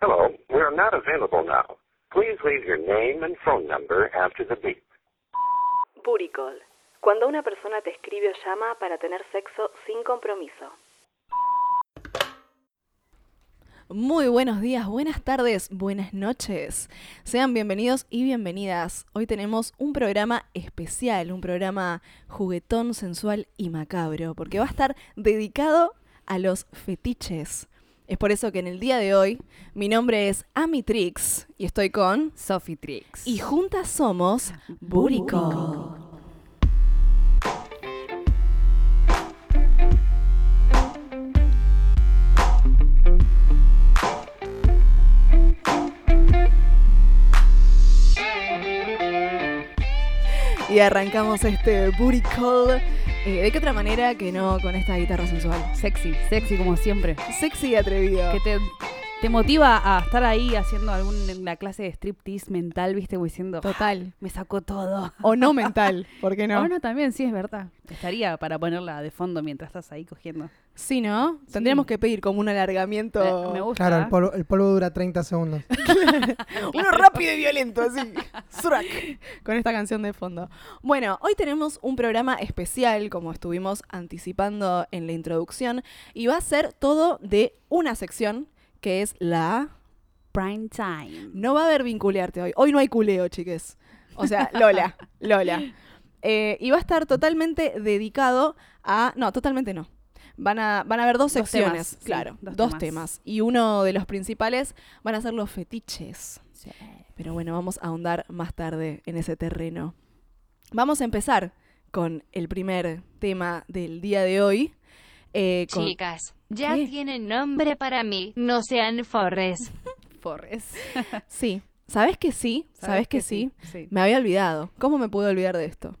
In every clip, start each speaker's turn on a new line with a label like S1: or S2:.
S1: Hello, we are not available now. Please leave your name and phone number after the beep.
S2: Booty call. Cuando una persona te escribe o llama para tener sexo sin compromiso.
S3: Muy buenos días, buenas tardes, buenas noches. Sean bienvenidos y bienvenidas. Hoy tenemos un programa especial, un programa juguetón, sensual y macabro, porque va a estar dedicado a los fetiches. Es por eso que en el día de hoy mi nombre es Amitrix y estoy con...
S4: Sophie Trix.
S3: Y juntas somos Burico. Y arrancamos este Booty Call. eh, ¿De qué otra manera que no con esta guitarra sensual?
S4: Sexy, sexy como siempre.
S3: Sexy y atrevido.
S4: Que te, te motiva a estar ahí haciendo alguna clase de striptease mental, viste, como diciendo, "Ah,
S3: Total.
S4: me sacó todo.
S3: O no mental, ¿por qué no?
S4: Ah, no, también, sí, es verdad. Estaría para ponerla de fondo mientras estás ahí cogiendo.
S3: Sí, ¿no? Tendríamos que pedir como un alargamiento.
S4: Eh, Me gusta.
S5: Claro, el polvo, el polvo dura 30 segundos.
S3: Uno rápido y violento, así. Zurac. Con esta canción de fondo. Bueno, hoy tenemos un programa especial, como estuvimos anticipando en la introducción, y va a ser todo de una sección, que es la...
S4: Prime time.
S3: No va a haber vinculearte hoy. Hoy no hay culeo, chiques. O sea, Lola, Lola. Eh, y va a estar totalmente dedicado a... No, totalmente no. Van a, van a haber dos
S4: Dos temas,
S3: secciones,
S4: sí,
S3: claro, dos,
S4: dos
S3: temas.
S4: temas.
S3: Y uno de los principales van a ser los fetiches. Pero bueno, vamos a ahondar más tarde en ese terreno. Vamos a empezar con el primer tema del día de hoy. eh, con-
S6: Chicas, ya
S3: ¿Qué?
S6: tienen nombre para mí, no sean forres.
S4: Forres.
S3: Sí, ¿sabes que sí? ¿Sabes, que, sí?
S4: Sí.
S3: Me había olvidado. ¿Cómo me pude olvidar de esto?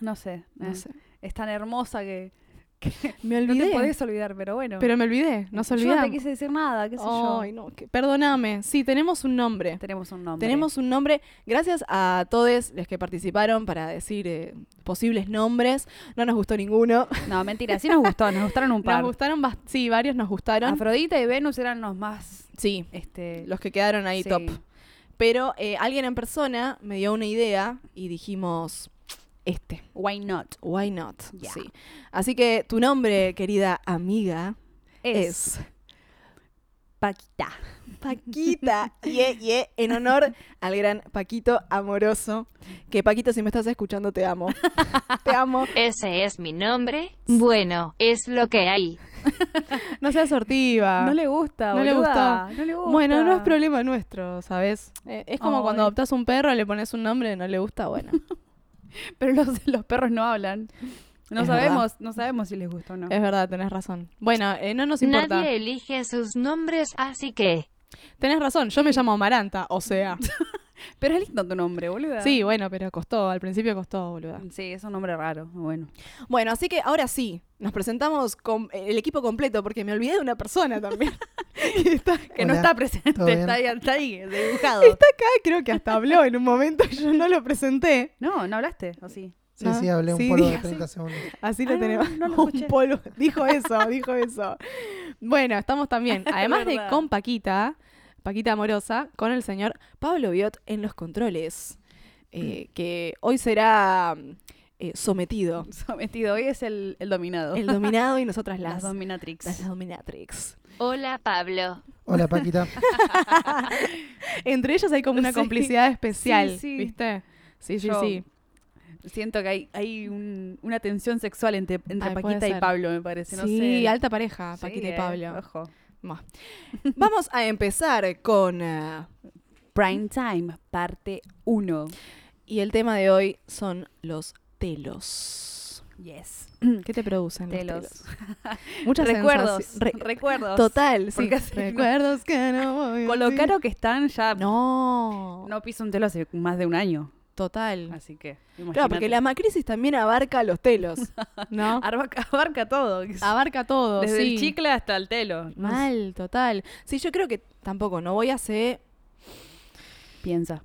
S4: No sé.
S3: No
S4: eh,
S3: sé.
S4: Es tan hermosa que,
S3: Me
S4: no
S3: olvidé.
S4: te podés olvidar, pero bueno.
S3: Pero me olvidé, nos
S4: yo no te
S3: olvidamos.
S4: quise decir nada, qué sé
S3: Ay, no, que- perdóname. Sí, tenemos un nombre.
S4: yo. Tenemos un nombre.
S3: Tenemos un nombre. Gracias a todos los que participaron para decir eh, posibles nombres. No nos gustó ninguno.
S4: No, mentira, sí nos gustó, nos gustaron un par.
S3: Nos gustaron, bast- sí, varios nos gustaron.
S4: Afrodita y Venus eran los más
S3: sí,
S4: este
S3: los que quedaron ahí
S4: sí.
S3: top. Pero eh, alguien en persona me dio una idea y dijimos, este,
S4: Why not?
S3: why not?
S4: Yeah.
S3: Sí. Así que tu nombre, querida amiga,
S4: Es,
S3: es,
S4: Paquita.
S3: Paquita. Ye, ye, e, en honor al gran Paquito amoroso. Que Paquito, si me estás escuchando, te amo. te amo.
S6: ¿Ese es mi nombre? Bueno, es lo que hay.
S3: No seas sortiva.
S4: No le gusta,
S3: No le
S4: boluda, No le gusta.
S3: Bueno, no es problema nuestro, ¿sabes? Eh, es como
S4: Ay.
S3: cuando adoptas un perro, le pones un nombre, no le gusta, bueno.
S4: Pero los, los perros no hablan. No
S3: Es
S4: sabemos, no sabemos si les gusta o no.
S3: Es verdad, tenés razón. Bueno, eh, no nos importa.
S6: Nadie elige sus nombres, así que...
S3: Tenés razón, yo me llamo Amaranta, o sea.
S4: Pero es lindo tu nombre, boluda.
S3: sí, bueno, pero costó, al principio costó, boluda.
S4: Sí, es un nombre raro. Bueno.
S3: Bueno, así que ahora sí, nos presentamos con eh, el equipo completo, porque me olvidé de una persona también. Y está,
S4: Que no
S5: Hola,
S4: está presente,
S5: ¿todo bien?
S4: está ahí, está ahí, dibujado.
S3: está acá, creo que hasta habló en un momento, yo no lo presenté.
S4: No, no hablaste, ¿o sí?
S5: Sí,
S3: No,
S5: sí, hablé
S3: Ah, sí,
S5: un polvo
S3: diga,
S5: de
S3: sí.
S5: 30 segundos.
S3: Así
S4: Ah,
S3: lo
S4: no,
S3: tenemos.
S4: no lo
S3: Un
S4: escuché.
S3: polo- Dijo eso, dijo eso. Bueno, estamos también, además de
S4: verdad.
S3: con Paquita, Paquita Amorosa, con el señor Pablo Biot en los controles,
S4: Mm.
S3: eh, que hoy será eh, sometido,
S4: Sometido. Hoy es el, el dominado.
S3: el dominado y nosotras
S4: las,
S3: las,
S4: dominatrix.
S3: las dominatrix.
S6: Hola Pablo.
S5: Hola, Paquita.
S3: Entre ellas hay como una
S4: Sí.
S3: complicidad especial,
S4: Sí, sí.
S3: ¿viste? Sí, sí,
S4: Yo-
S3: sí.
S4: Siento que hay, hay un- una tensión sexual entre, entre
S3: Ay, puede
S4: Paquita
S3: ser.
S4: y Pablo, me parece. No
S3: sí,
S4: sé.
S3: alta pareja,
S4: Sí,
S3: Paquita y
S4: eh,
S3: Pablo.
S4: Ojo.
S3: Buah. Vamos a empezar con... eh,
S4: Prime Time, parte 1.
S3: Y el tema de hoy son los telos.
S4: Yes.
S3: ¿Qué te producen
S4: Mm. Telos.
S3: los telos? Muchas
S4: recuerdos.
S3: sensaci- re-
S4: recuerdos.
S3: Total, sí.
S4: Porque así no-
S3: Recuerdos que no voy a
S4: Con lo
S3: olvidar.
S4: caro que están, ya no,
S3: No.
S4: piso un telo hace más de un año.
S3: Total.
S4: Así que.
S3: Claro, porque la macrisis también abarca los telos, ¿no?
S4: Abarca, abarca todo. que es-
S3: Abarca todo,
S4: Desde
S3: sí.
S4: el chicle hasta el telo. No sé.
S3: Mal, total. Sí, yo creo que tampoco, no voy a hacer...
S4: Piensa.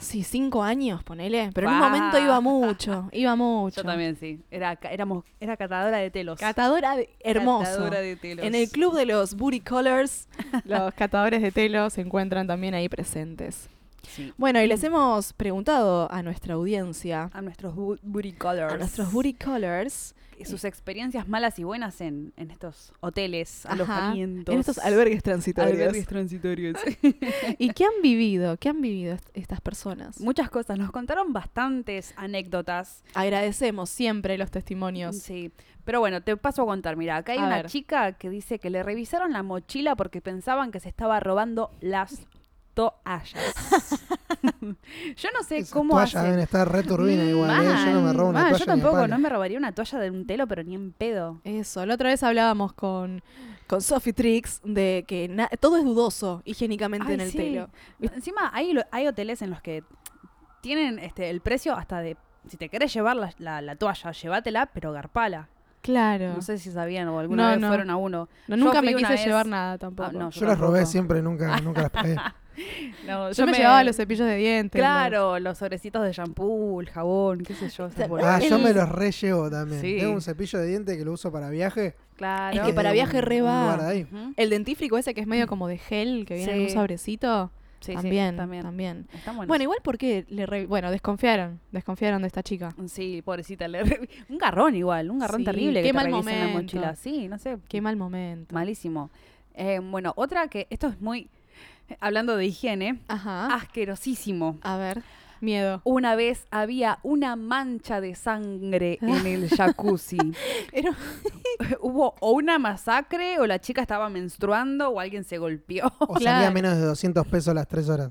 S3: Sí, cinco años, ponele. Pero en un
S4: Pa.
S3: momento iba mucho, iba mucho.
S4: Yo también, sí. Era, ca- éramos, era catadora de telos.
S3: Catadora de- hermoso.
S4: Catadora de telos.
S3: En el club de los booty colors, los catadores de telos se encuentran también ahí presentes.
S4: Sí.
S3: Bueno, y les
S4: Mm.
S3: hemos preguntado a nuestra audiencia,
S4: A nuestros bu- booty colors.
S3: a nuestros booty colors,
S4: Sus experiencias malas y buenas en, en estos hoteles,
S3: ajá,
S4: alojamientos.
S3: en estos albergues transitorios.
S4: albergues transitorios.
S3: ¿Y qué han vivido? ¿Qué han vivido est- estas personas?
S4: Muchas cosas. Nos contaron bastantes anécdotas.
S3: Agradecemos siempre los testimonios.
S4: Sí. Pero bueno, te paso a contar. Mira, acá hay
S3: A
S4: una
S3: ver.
S4: chica que dice que le revisaron la mochila porque pensaban que se estaba robando las toallas. Yo no sé
S5: Esas
S4: cómo
S5: toallas
S4: hacen.
S5: deben estar re turbina
S3: Mm,
S5: igual. ¿eh? Yo no me
S4: Mal,
S5: robo una
S3: Ah,
S4: mal, Yo
S5: toalla. ni a
S4: tampoco,
S5: palo.
S4: no me robaría una toalla de un telo, pero ni en pedo.
S3: Eso, la otra vez hablábamos con, con Sophie Trix de que na- todo es dudoso higiénicamente
S4: Ay,
S3: en el
S4: sí.
S3: telo.
S4: Encima hay, lo- hay hoteles en los que tienen este el precio hasta de... Si te querés llevar la, la- la toalla, llévatela, pero garpala.
S3: Claro.
S4: No sé si sabían o alguna
S3: No,
S4: vez
S3: no.
S4: fueron a uno.
S3: No,
S4: Yo
S3: nunca
S4: fui
S3: me
S4: una
S3: quise
S4: vez-
S3: llevar nada tampoco.
S4: Ah, no,
S5: Yo las robé
S4: tampoco.
S5: siempre, nunca, nunca las pagué.
S4: No,
S3: Yo, me, llevaba los este, cepillos de dientes.
S4: Claro, los sobrecitos de shampoo, el jabón, qué sé yo. esas
S3: Ah,
S5: Ah,
S4: bolsas.
S5: yo
S3: El-
S5: me los re llevo también.
S4: Sí.
S5: Tengo un cepillo de diente que lo uso para viaje.
S4: Claro.
S3: Es que
S5: Eh,
S3: para viaje
S5: un-
S3: re
S5: un
S3: va.
S5: lugar ahí.
S4: Ujú.
S3: los- El dentífrico ese que es medio como de gel, que viene en un
S4: Mm. Sí.
S3: sobrecito.
S4: Sí, sí,
S3: también, también,
S4: también. Está bueno.
S3: Bueno, igual porque le re- bueno, desconfiaron, desconfiaron de esta chica.
S4: Sí, pobrecita. le re- Un garrón igual, un garrón
S3: Sí,
S4: terrible
S3: qué
S4: que te
S3: mal
S4: revisen la
S3: momento.
S4: mochila. Sí, no sé.
S3: Qué mal momento.
S4: Malísimo. Eh, bueno, otra que esto es muy... eh, Hablando de higiene, Ah.
S3: Ajá.
S4: asquerosísimo.
S3: A ver, miedo.
S4: Una vez había una mancha de sangre en el jacuzzi.
S3: Era-
S4: Hubo o una masacre, o la chica estaba menstruando, o alguien se golpeó.
S5: O salía
S3: Claro.
S5: menos de 200 pesos las 3 horas.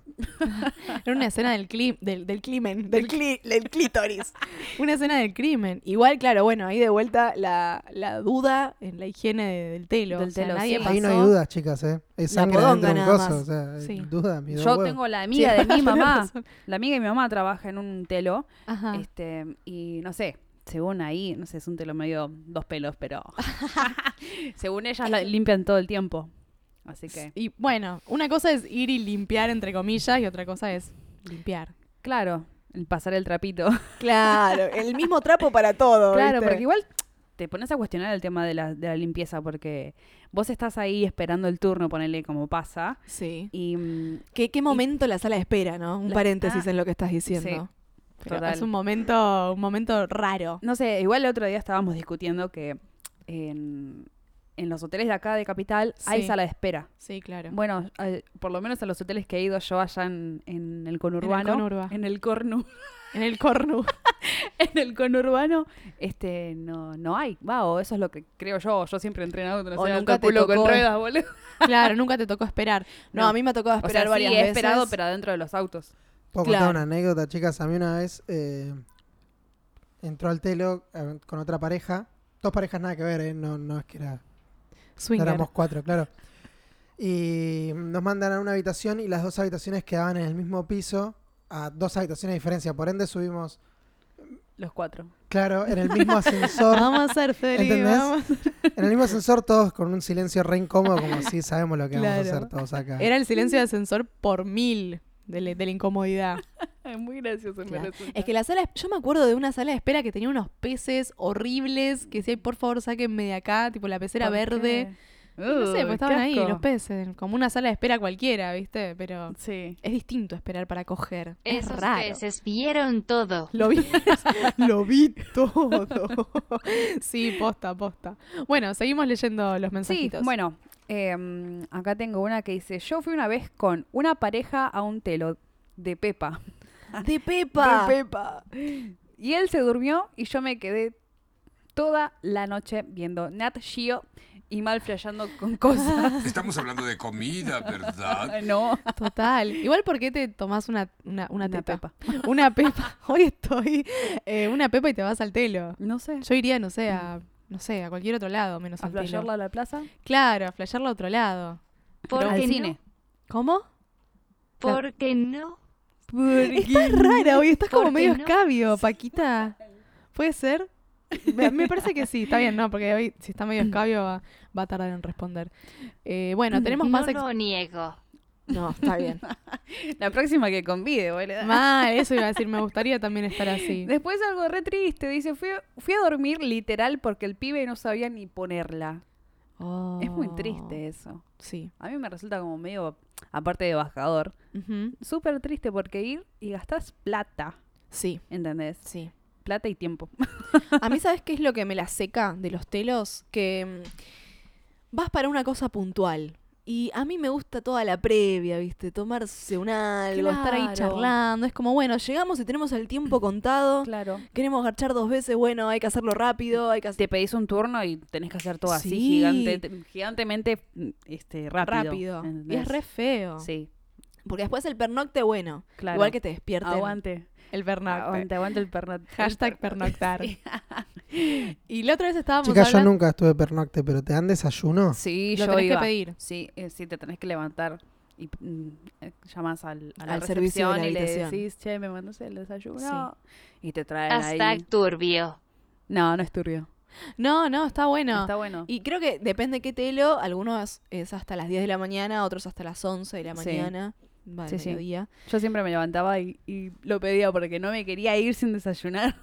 S3: Era una escena del, cli- del, del climen, del, cli- del clítoris. Una escena del crimen. Igual, claro, bueno, ahí de vuelta la, la duda en la higiene de- del telo.
S4: Del
S3: O sea,
S4: telo,
S3: nadie
S4: sí.
S3: pasó.
S5: Ahí no hay dudas, chicas, ¿eh? Hay sangre
S3: podonga
S5: dentro de un
S3: nada
S5: coso.
S3: más.
S5: O sea,
S3: Sí.
S5: duda, mi
S4: Yo tengo la amiga
S3: Sí,
S4: de mi
S3: tenés
S4: mamá.
S3: razón.
S4: La amiga de mi mamá trabaja en un telo.
S3: Ajá.
S4: Este, y no sé, según ahí, no sé, es un telo medio dos pelos, pero según ellas la limpian todo el tiempo. Así que,
S3: Y bueno, una cosa es ir y limpiar, entre comillas, y otra cosa es limpiar.
S4: claro, el pasar el trapito.
S3: Claro, el mismo trapo para todo.
S4: claro, porque igual te pones a cuestionar el tema de la, de la limpieza, porque vos estás ahí esperando el turno, ponele como pasa.
S3: Sí.
S4: Y mm,
S3: ¿Qué, qué momento la sala de espera, ¿no? Un
S4: La-
S3: paréntesis
S4: ah,
S3: en lo que estás diciendo. Pero
S4: total.
S3: Es un momento, un momento raro.
S4: No sé, igual el otro día estábamos discutiendo que en, en los hoteles de acá de Capital hay
S3: Sí.
S4: sala de espera.
S3: Sí, claro.
S4: Bueno, al- por lo menos a los hoteles que he ido yo allá en, en el conurbano.
S3: conurba.
S4: En el cornu-
S3: En el cornu.
S4: en el conurbano, este, no, no hay. Va, o eso es lo que creo yo. Yo siempre he entrenado no
S3: O
S4: sé,
S3: nunca te
S4: culo
S3: tocó.
S4: con ruedas, boludo.
S3: claro, nunca te tocó esperar. No,
S4: No.
S3: a mí me ha tocado
S4: O
S3: esperar
S4: sea, sí,
S3: varias
S4: he
S3: veces.
S4: esperado, pero adentro de los autos.
S5: Puedo contar
S3: Claro.
S5: una anécdota, chicas. A mí una vez eh, entró al telo eh, con otra pareja. Dos parejas nada que ver, ¿eh? No, no es que era,
S3: Swinger.
S5: éramos cuatro, claro. Y nos mandan a una habitación y las dos habitaciones quedaban en el mismo piso, a dos habitaciones de diferencia. Por ende subimos,
S4: Los cuatro.
S5: claro, en el mismo ascensor.
S3: Vamos a ser felices.
S5: ¿Entendés?
S3: vamos.
S5: en el mismo ascensor todos con un silencio re incómodo, como si sabemos lo que vamos a
S3: Claro.
S5: hacer todos acá.
S3: Era el silencio de ascensor por mil de, la- de la incomodidad.
S4: Es muy gracioso, me
S3: Claro.
S4: resulta.
S3: Es que la sala, yo me acuerdo de una sala de espera que tenía unos peces horribles que decía, por favor, sáquenme de acá, tipo la pecera
S4: ¿Por
S3: verde. Y
S4: qué?
S3: no sé,
S4: Uh,
S3: pues estaban
S4: qué
S3: ahí
S4: asco.
S3: los peces, como una sala de espera cualquiera, ¿viste? Pero
S4: Sí.
S3: es distinto esperar para coger. Es
S6: Esos
S3: raro.
S6: peces vieron todo.
S3: Lo vi, lo vi todo. Sí, posta, posta. Bueno, seguimos leyendo los
S4: Sí,
S3: mensajitos.
S4: bueno, em, acá tengo una que dice, yo fui una vez con una pareja a un telo de Pepa.
S3: de Pepa.
S4: De Pepa. Y él se durmió y yo me quedé toda la noche viendo Nat Geo y mal flasheando con cosas.
S7: Estamos hablando de comida, ¿verdad?
S4: no.
S3: Total. Igual, ¿por qué te tomás una, una, una
S4: Una
S3: teta? Una pepa. Hoy estoy. eh, una pepa y te vas al telo.
S4: No sé.
S3: Yo iría, no sé, a, no sé, a cualquier otro lado, menos
S4: ¿A
S3: al telo.
S4: flashearla a la plaza?
S3: Claro, a flashearla a otro lado.
S6: ¿Por
S4: Al
S6: qué
S4: cine.
S3: ¿Cómo?
S6: no? ¿Por qué no?
S3: Estás rara hoy, estás como
S6: ¿Por qué
S3: medio
S6: no?
S3: escabio, Paquita. ¿Puede ser? Me, me parece que sí, está bien, no, porque hoy si está medio escabio va, va a tardar en responder. Eh, bueno, tenemos
S6: Mm, no
S3: más... ex-
S6: lo niego.
S8: No, está bien.
S4: La próxima que convide, boludo.
S8: Mal, eso iba a decir, me gustaría también estar así.
S4: Después algo re triste, dice, fui, fui a dormir literal porque el pibe no sabía ni ponerla. Es muy
S8: Oh,
S4: triste eso.
S8: Sí.
S4: A mí me resulta como medio, aparte de bajador,
S8: Ujú.
S4: súper triste porque ir y gastas plata,
S8: Sí,
S4: ¿entendés?
S8: sí.
S4: Plata y tiempo.
S8: A mí, ¿sabes qué es lo que me la seca de los telos? Que mm, vas para una cosa puntual. Y a mí me gusta toda la previa, ¿viste? Tomarse un algo, estar ahí
S4: Claro.
S8: charlando. Es como, bueno, llegamos y tenemos el tiempo contado.
S4: Claro.
S8: Queremos garchar dos veces, bueno, hay que hacerlo rápido, hay que hacer
S4: Te pedís un turno y tenés que hacer todo así,
S8: Sí.
S4: gigante, te- gigantemente mm, este, rápido.
S8: rápido. Y
S4: ¿entendés?
S8: es re feo.
S4: Sí,
S8: Porque después el pernocte, bueno,
S4: claro.
S8: igual que te despierten.
S4: Aguante.
S8: El pernocte.
S4: Aguante, aguante Ah, el pernocte.
S8: Hashtag pernoctar. Y la otra vez estábamos
S5: Chicas, yo
S8: hablando...
S5: nunca estuve pernocte, pero ¿te dan desayuno?
S4: Sí,
S8: Lo
S4: yo
S8: tenés que
S4: iba.
S8: pedir.
S4: Sí, eh, sí, te tenés que levantar y mm, eh, llamas al, a la
S8: Al servicio
S4: recepción
S8: de la
S4: y le
S8: habitación.
S4: decís, che, me mandas el desayuno. Y te traen ahí.
S6: Hashtag turbio.
S4: No, no es turbio.
S8: No, no, está bueno.
S4: Está bueno.
S8: Y creo que depende qué telo, algunos es hasta las 10 de la mañana, otros hasta las 11 de la
S4: Sí.
S8: mañana. Va,
S4: Sí,
S8: sí,
S4: sí. Yo siempre me levantaba y, y lo pedía porque no me quería ir sin desayunar.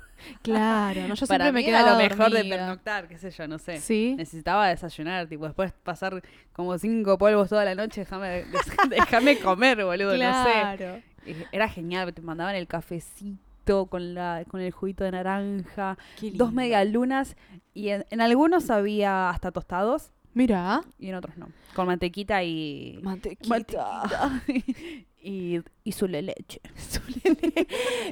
S8: Claro, no, yo
S4: Para
S8: siempre me
S4: mí era
S8: quedaba
S4: lo mejor de
S8: dormida.
S4: pernoctar, qué sé yo, no sé.
S8: Sí.
S4: Necesitaba desayunar, tipo, después pasar como cinco polvos toda la noche, déjame, déjame comer, boludo, no sé.
S8: Claro.
S4: Eh, Era genial, te mandaban el cafecito con, la, con el juguito de naranja, dos medialunas, y en, en algunos había hasta tostados
S8: Mira.
S4: y en otros no. Con mantequita y...
S8: Mantequita.
S4: mantequita. y, y su leche.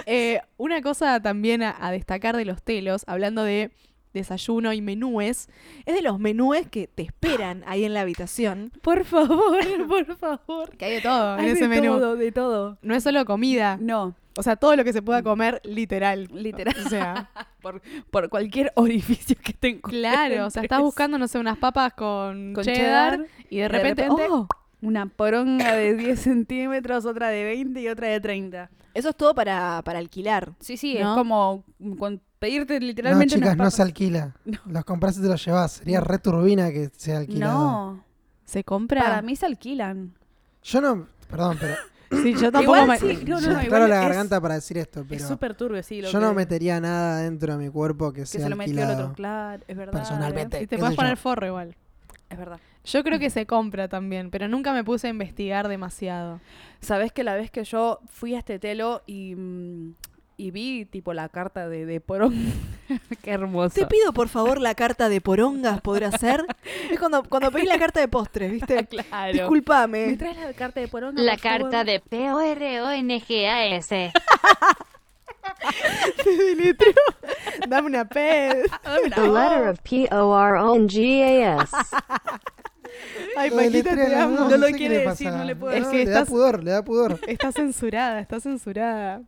S8: Eh, una cosa también a, a destacar de los telos, hablando de desayuno y menúes, es de los menúes que te esperan ahí en la habitación.
S4: Por favor, por favor.
S8: Que hay de todo en
S4: Hay de
S8: ese menú.
S4: todo, de todo.
S8: No es solo comida.
S4: No,
S8: O sea, todo lo que se pueda comer, literal.
S4: Literal.
S8: O sea,
S4: por, por cualquier orificio que te encuentres.
S8: claro. O sea, estás buscando, no sé, unas papas con,
S4: Con
S8: cheddar,
S4: cheddar,
S8: y de repente. ¡oh!
S4: Una poronga de 10 centímetros, otra de 20 y otra de 30.
S8: Eso es todo para, para alquilar.
S4: Sí, sí,
S8: ¿No?
S4: es como con- pedirte
S5: No,
S4: literalmente
S5: chicas,
S4: unas
S5: no se
S4: papas.
S5: alquila.
S4: No.
S5: Los compras y te los llevas. Sería re turbina que sea alquilado.
S4: No,
S8: Se compra.
S4: para mí se alquilan.
S5: Yo no, perdón, pero
S8: Sí, yo tampoco
S4: Igual
S8: me-
S4: sí, no, no,
S5: se
S4: no,
S5: me
S4: igual
S5: aclaro la
S4: es-
S5: garganta para decir esto,
S4: Es
S5: pero
S4: súper turbio, sí. Lo
S5: yo
S4: que,
S5: no metería nada dentro de mi cuerpo que
S4: que
S5: sea
S4: se lo metió el
S5: alquilado.
S4: otro. Claro, es verdad.
S5: Personalmente.
S8: Y te
S5: qué
S8: puedes
S5: sé
S8: poner
S5: yo.
S8: forro igual.
S4: Es verdad.
S8: Yo creo que se compra también, pero nunca me puse a investigar demasiado.
S4: Sabes que la vez que yo fui a este telo y, mm, y vi tipo la carta de, de porón. Qué hermoso.
S8: Te pido por favor la carta de porongas, ¿podrá ser? Es cuando, cuando pedís la carta de postres, ¿viste?
S4: Ah, Claro. ¿Me
S8: Disculpame.
S4: traes la carta de poronga?
S6: La
S4: por favor?
S6: carta de P-O-R-O-N-G-A-S.
S8: Dame una pez.
S9: The letter of P O R O N G A S.
S8: Ay,
S5: Lo de
S8: Paquita, te
S5: letrear,
S8: amo.
S5: sé
S4: lo
S5: qué
S4: quiere
S5: le
S4: decir,
S5: pasa.
S4: no le puedo
S8: Es que
S5: le da
S8: estás-
S5: pudor, le da pudor.
S8: Está censurada, está censurada.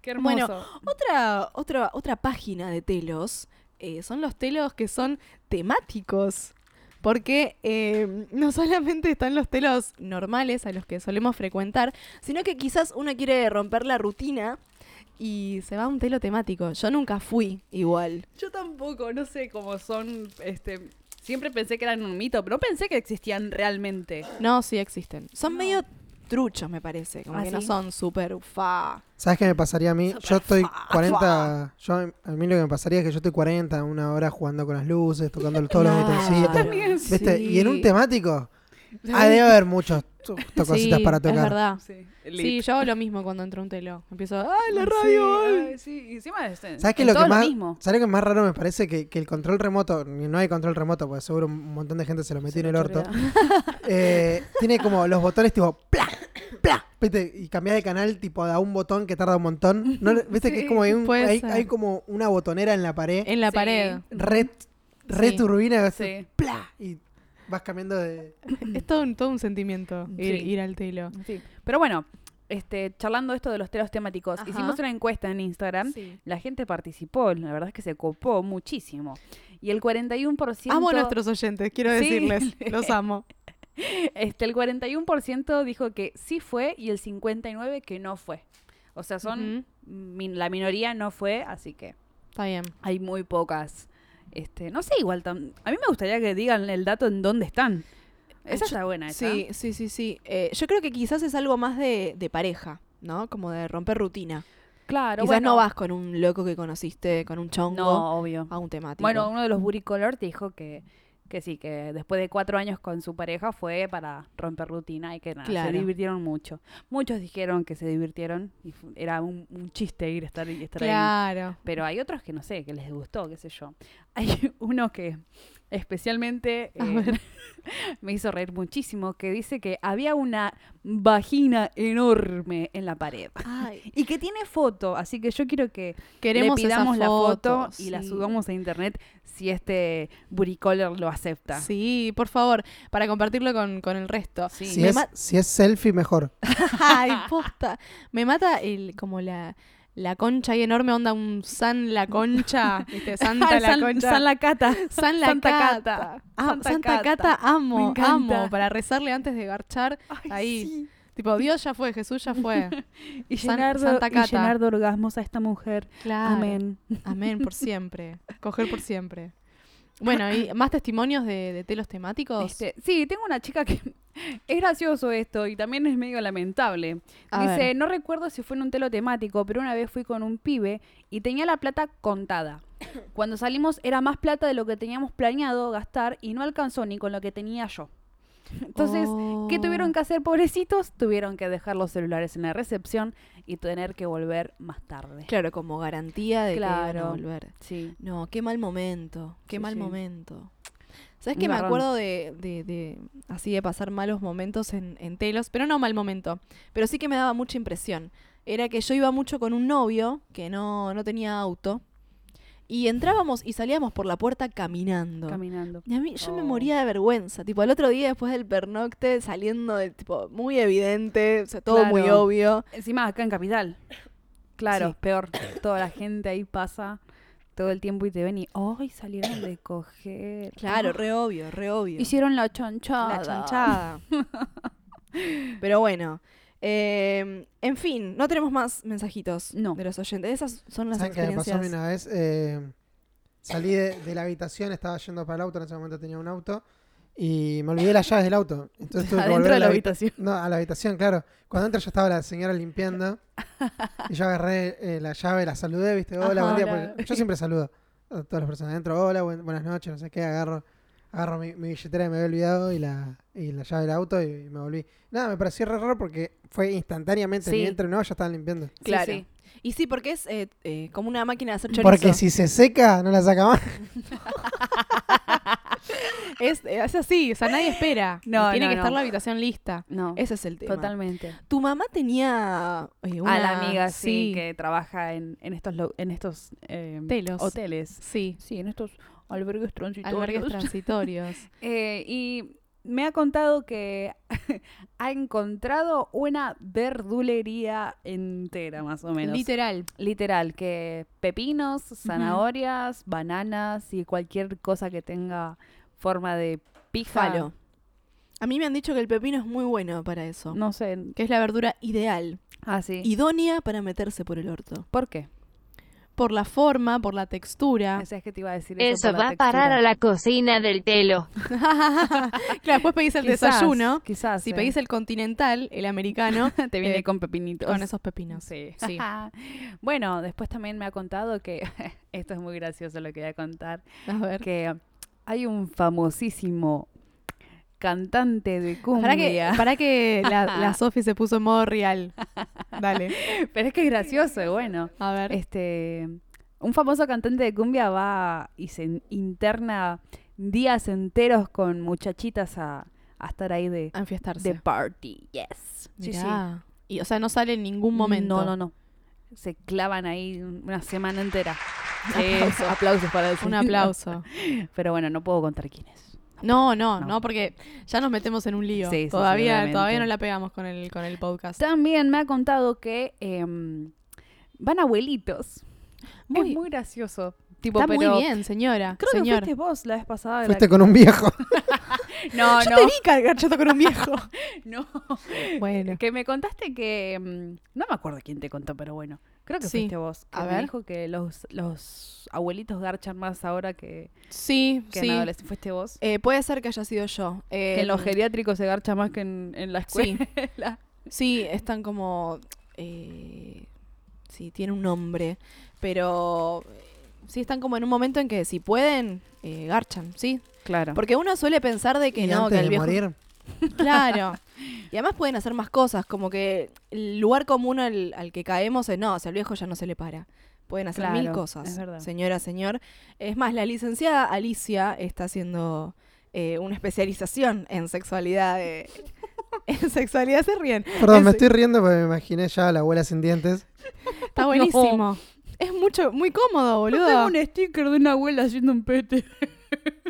S4: Qué hermoso.
S8: Bueno, Otra, otra, otra página de telos eh, son los telos que son temáticos. Porque eh, no solamente están los telos normales a los que solemos frecuentar, sino que quizás uno quiere romper la rutina y se va a un telo temático. Yo nunca fui igual.
S4: Yo tampoco, no sé cómo son, este, siempre pensé que eran un mito, pero no pensé que existían realmente.
S3: Ah.
S8: No, sí existen. Son medio truchos, me parece. Como
S4: ¿Ah,
S8: que no
S4: sí?
S8: son súper ufa.
S5: ¿Sabes qué me pasaría a mí? Yo estoy 40. Yo, a mí lo que me pasaría es que yo estoy 40, una hora jugando con las luces, tocando todos los botoncitos.
S4: también,
S5: ¿Viste?
S8: sí.
S5: Y en un temático. Ah, debe haber muchos to- to- cositas para tocar.
S8: Es verdad.
S4: Sí,
S8: Sí, yo hago lo mismo cuando entro a un telo. Empiezo, ¡ay, la
S4: Sí,
S8: radio! ay!
S4: Ah, ay, sí, y encima es, eh,
S5: ¿Sabes qué
S4: en
S5: lo que
S4: todo
S5: más,
S4: mismo.
S5: ¿sabes lo que más raro me parece? Que, que el control remoto, ni- no hay control remoto, porque seguro un montón de gente se lo metió en el orto. Eh, tiene como los botones tipo ¡plá! ¡plá! ¿Viste? Y cambiar de canal tipo a un botón que tarda un montón. ¿No le- ¿Viste que es como hay, un-
S8: puede
S5: hay-
S8: ser.
S5: hay como una botonera en la pared?
S8: En la
S4: Sí.
S8: pared.
S5: Red re
S8: Sí.
S5: turbina,
S4: Sí.
S5: ¡plá! Y vas cambiando de.
S8: Es todo un, todo un sentimiento ir,
S4: Mm. Sí.
S8: ir al telo.
S4: Sí. Pero bueno, este, charlando esto de los telos temáticos,
S8: Ajá.
S4: hicimos una encuesta en Instagram. La gente participó, la verdad es que se copó muchísimo. Y el 41%...
S8: Amo a nuestros oyentes, quiero
S4: Sí.
S8: decirles. Los amo.
S4: Este, el 41% dijo que sí fue y el 59% que no fue. O sea, son
S8: Ujú.
S4: min- la minoría no fue, así que
S8: Está bien.
S4: hay muy pocas. Este, no sé, igual tan- a mí me gustaría que digan el dato en dónde están. Esa
S3: Yo-
S4: está buena, esa.
S3: Sí, sí, sí, sí. Eh, yo creo que quizás es algo más de, de pareja, ¿no? Como de romper rutina.
S4: Claro,
S3: quizás
S4: bueno.
S3: no vas con un loco que conociste, con un chongo,
S4: No, obvio.
S3: a un temático.
S4: Bueno, uno de los booty color dijo que, que sí, que después de cuatro años con su pareja fue para romper rutina y que nada,
S3: Claro.
S4: se divirtieron mucho. Muchos dijeron que se divirtieron y fu- era un, un chiste ir a estar, y estar ahí.
S3: claro.
S4: Pero hay otros que no sé, que les gustó, qué sé yo. Hay uno que especialmente
S3: A
S4: eh,
S3: ver.
S4: me hizo reír muchísimo, que dice que había una vagina enorme en la pared. Y que tiene foto, así que yo quiero que
S3: Queremos
S4: le
S3: esa
S4: pidamos la foto
S3: foto,
S4: y la
S3: sí.
S4: subamos a internet si este buricolor lo acepta.
S3: Sí, por favor, para compartirlo con, con el resto.
S4: Sí.
S5: Si
S3: Me
S5: es,
S3: ma-
S5: si es selfie, mejor.
S3: Ay, posta. Me mata el, como la, la concha ahí enorme, onda un San la concha. ¿viste? Santa la
S4: San,
S3: concha.
S4: San la cata.
S3: San la
S4: Santa
S3: Cata.
S4: Cata.
S3: Ah,
S4: Santa
S3: Santa,
S4: Cata.
S3: Cata.
S4: Me
S3: amo,
S4: encanta.
S3: amo. Para rezarle antes de garchar. ahí. Tipo, Dios ya fue, Jesús ya fue.
S4: Y
S3: San-
S4: llenar, de-
S3: Santa
S4: y
S3: Cata.
S4: llenar de orgasmos a esta mujer.
S3: Claro.
S4: Amén.
S3: Amén, por siempre. Coger por siempre. Bueno, ¿y más testimonios de, de telos temáticos?
S4: Este, sí, tengo una chica que es gracioso esto y también es medio lamentable.
S3: A
S4: Dice,
S3: ver.
S4: no recuerdo si fue en un telo temático, pero una vez fui con un pibe y tenía la plata contada. Cuando salimos era más plata de lo que teníamos planeado gastar y no alcanzó ni con lo que tenía yo. Entonces, ¿qué
S3: Oh.
S4: tuvieron que hacer, pobrecitos? Tuvieron que dejar los celulares en la recepción y tener que volver más tarde.
S3: Claro, como garantía de que van
S4: Claro.
S3: a volver.
S4: Sí.
S3: No, qué mal momento, qué
S4: Sí,
S3: mal
S4: sí.
S3: momento. ¿Sabes
S4: Un
S3: que me
S4: garrón.
S3: acuerdo de, de- de- así de pasar malos momentos en, en telos? Pero no mal momento, pero sí que me daba mucha impresión. Era que yo iba mucho con un novio que no, no tenía auto y entrábamos y salíamos por la puerta caminando.
S4: Caminando.
S3: y a mí yo me
S4: Oh.
S3: moría de vergüenza, tipo al otro día después del pernocte saliendo de tipo muy evidente, o sea, todo muy
S4: Claro.
S3: obvio.
S4: Encima acá en Capital. Claro,
S3: Sí.
S4: peor. Toda la gente ahí pasa todo el tiempo y te ven y ¡ay! salieron de coger.
S3: Claro,
S4: Ah,
S3: re obvio, re obvio.
S4: Hicieron la
S3: La
S4: chanchada.
S3: chanchada. Pero bueno. eh, en fin, no tenemos más mensajitos
S4: No.
S3: de los oyentes. Esas son las
S5: ¿Saben qué me pasó a mí
S3: experiencias.
S5: una vez? Eh, salí de, de la habitación, estaba yendo para el auto, en ese momento tenía un auto, y me olvidé las llaves del auto. Entonces tuve que
S4: Adentro
S5: volver
S4: de
S5: a
S4: la
S5: la
S4: habitación.
S5: No, a la habitación, claro. Cuando entré ya estaba la señora limpiando. Y yo agarré eh, la llave, la saludé, viste, hola,
S4: Ajá,
S5: buen día.
S4: hola.
S5: porque yo siempre saludo a todas las personas adentro, hola, buen- buenas noches, no sé qué, agarro, agarro mi, mi billetera que me había olvidado y la, y la llave del auto y, me volví. Nada, me pareció re raro porque fue instantáneamente,
S4: Sí.
S5: ni entre no, ya estaban limpiando.
S3: Claro.
S4: Sí,
S3: Y sí, porque es eh, eh, como una máquina de hacer chorizo.
S5: Porque si se seca, no la saca más.
S3: es, eh, es así, o sea, nadie espera.
S4: No,
S3: Y Tiene
S4: no,
S3: que
S4: no.
S3: estar la habitación lista.
S4: No,
S3: Ese es el tema.
S4: totalmente.
S3: Tu mamá tenía eh, una...
S4: A la amiga, sí, que trabaja en, en estos, lo- en estos eh,
S3: Telos.
S4: hoteles.
S3: Sí,
S4: Sí, en estos albergues transitorios.
S3: albergues transitorios.
S4: Eh, y me ha contado que ha encontrado una verdulería entera, más o menos.
S3: Literal.
S4: Literal, que pepinos, zanahorias, bananas y cualquier cosa que tenga forma de pija.
S3: Falo. A mí me han dicho que el pepino es muy bueno para eso.
S4: No sé.
S3: Que es la verdura ideal.
S4: Ah, sí.
S3: idónea para meterse por el orto.
S4: por qué?
S3: Por la forma, por la textura.
S4: Esa es que te iba a decir eso.
S6: Eso
S4: por la
S6: va a parar
S4: textura.
S6: a la cocina del telo.
S3: claro, después pedís el
S4: Quizás,
S3: desayuno.
S4: Quizás.
S3: Si
S4: eh.
S3: pedís el continental, el americano,
S4: te viene
S3: eh,
S4: con pepinitos.
S3: con esos pepinos.
S4: Sí.
S3: Sí.
S4: bueno, después también me ha contado que. esto es muy gracioso lo que voy a contar.
S3: A ver.
S4: Que hay un famosísimo cantante de
S3: Para
S4: cumbia.
S3: que, para que la, la Sofi se puso en modo real. Dale.
S4: Pero es que es gracioso, bueno.
S3: A ver.
S4: Este, un famoso cantante de cumbia va y se in- interna días enteros con muchachitas a, a estar ahí de,
S3: a enfiestarse.
S4: de party. Yes. Sí, sí.
S3: Mirá. Y, o sea, no sale en ningún momento.
S4: No, no, no. Se clavan ahí una semana entera.
S3: Aplausos.
S4: Eso, aplausos para el
S3: Un
S4: señor.
S3: aplauso.
S4: Pero bueno, no puedo contar quién es.
S3: No, no,
S4: No.
S3: no, porque ya nos metemos en un lío.
S4: Sí, sí,
S3: todavía,
S4: seguramente.
S3: todavía no la pegamos con el, con el podcast.
S4: También me ha contado que em, van abuelitos. Muy,
S3: Muy-
S4: muy gracioso. Tipo,
S3: Está
S4: pero-
S3: muy bien, señora.
S4: Creo
S3: señor.
S4: que fuiste vos la vez pasada. la
S5: Fuiste con un viejo.
S4: No,
S3: Yo
S4: no.
S3: te vi garchando con un viejo.
S4: No.
S3: bueno.
S4: Que me contaste que. mm, No me acuerdo quién te contó, pero bueno. Creo que
S3: Sí.
S4: fuiste vos. Que
S3: A
S4: me
S3: ver.
S4: dijo que los, los abuelitos garchan más ahora que,
S3: Sí,
S4: que
S3: sí.
S4: en adolescencia. ¿Fuiste vos?
S3: Eh, puede ser que haya sido yo.
S4: que en
S3: Em,
S4: los geriátricos se garcha más que en, en la
S3: Sí.
S4: escuela.
S3: Sí, están como. eh, sí, tiene un nombre. Pero. eh, Sí, están como en un momento en que si pueden, eh, garchan, ¿sí?
S4: claro.
S3: Porque uno suele pensar de que
S5: y
S3: no,
S5: antes
S3: que el
S5: de
S3: viejo.
S5: morir,
S3: Claro. Y además pueden hacer más cosas, como que el lugar común al, al que caemos es no, o sea, al viejo ya no se le para. Pueden hacer mil
S4: Claro,
S3: cosas,
S4: es verdad.
S3: señora, señor. Es más, la licenciada Alicia está haciendo eh, una especialización en sexualidad. eh, en sexualidad se ríen.
S5: Perdón, me
S3: En se-
S5: estoy riendo porque me imaginé ya a la abuela sin dientes.
S3: Está buenísimo. Es mucho, muy cómodo, boludo.
S4: un sticker de una abuela haciendo un pete.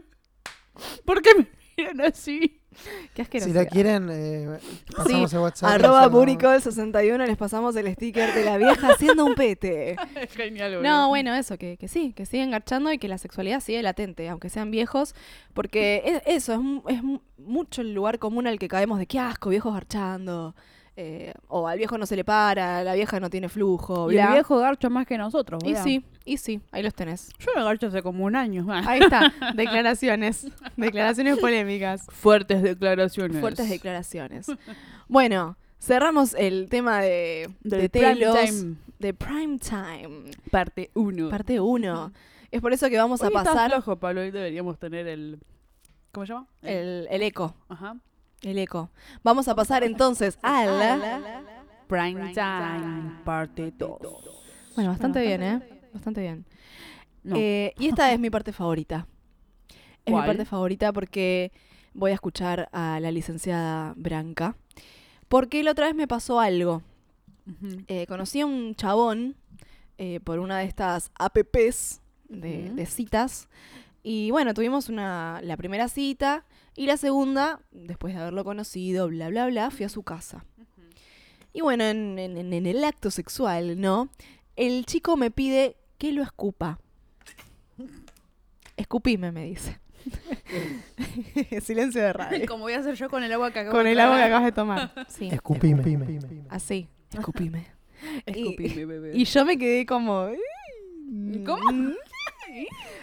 S4: ¿Por qué me miran así?
S3: Qué
S5: Si
S3: asquerosidad.
S5: la quieren, eh, pasamos el WhatsApp.
S3: Arroba
S5: Pasamos-
S3: Buricol61 les pasamos el sticker de la vieja haciendo un pete.
S4: Genial, boludo.
S3: No, bueno, eso, que, que sí, que siguen garchando y que la sexualidad sigue latente, aunque sean viejos, porque es, eso, es, mu- es mu- mucho el lugar común al que caemos de qué asco, viejos garchando, eh, o al viejo no se le para, la vieja no tiene flujo,
S4: Y
S3: bla.
S4: el viejo garcha más que nosotros,
S3: y
S4: boludo.
S3: sí, Ah. y sí, ahí los tenés.
S4: Yo no garcho hace como un año. ah.
S3: Ahí está, declaraciones, declaraciones polémicas.
S4: Fuertes declaraciones.
S3: Fuertes declaraciones. Bueno, cerramos el tema de, de
S4: Del prime
S3: telos,
S4: time.
S3: de prime time,
S4: Parte 1.
S3: parte 1. Es por eso que vamos a
S4: Hoy está
S3: pasar
S4: flojo, Pablo. Hoy deberíamos tener el... ¿Cómo se llama?
S3: el, el eco.
S4: Ajá.
S3: El eco. Vamos a pasar entonces a la...
S4: Prime, Time, parte 2.
S3: Bueno, bastante bien, ¿eh? Bastante bien.
S4: No.
S3: Eh, y esta es mi parte favorita. Es mi
S4: ¿Cuál?
S3: parte favorita porque voy a escuchar a la licenciada Branca. Porque la otra vez me pasó algo.
S4: Ujú.
S3: Eh, conocí a un chabón eh, por una de estas apps de,
S4: Ujú.
S3: de citas. Y bueno, tuvimos una, la primera cita y la segunda, después de haberlo conocido, bla, bla, bla, fui a su casa. Y bueno, en, en- en- en el acto sexual, ¿no? El chico me pide que lo escupa. Escupime, me dice. Silencio de radio.
S4: Como voy a hacer yo con el agua que acabo
S3: Con
S4: de
S3: el agua que acabas de tomar. Sí,
S5: Escupime.
S3: así. Escupime.
S4: Escupime, bebé.
S3: Y yo me quedé como. "Eh,
S4: ¿Cómo?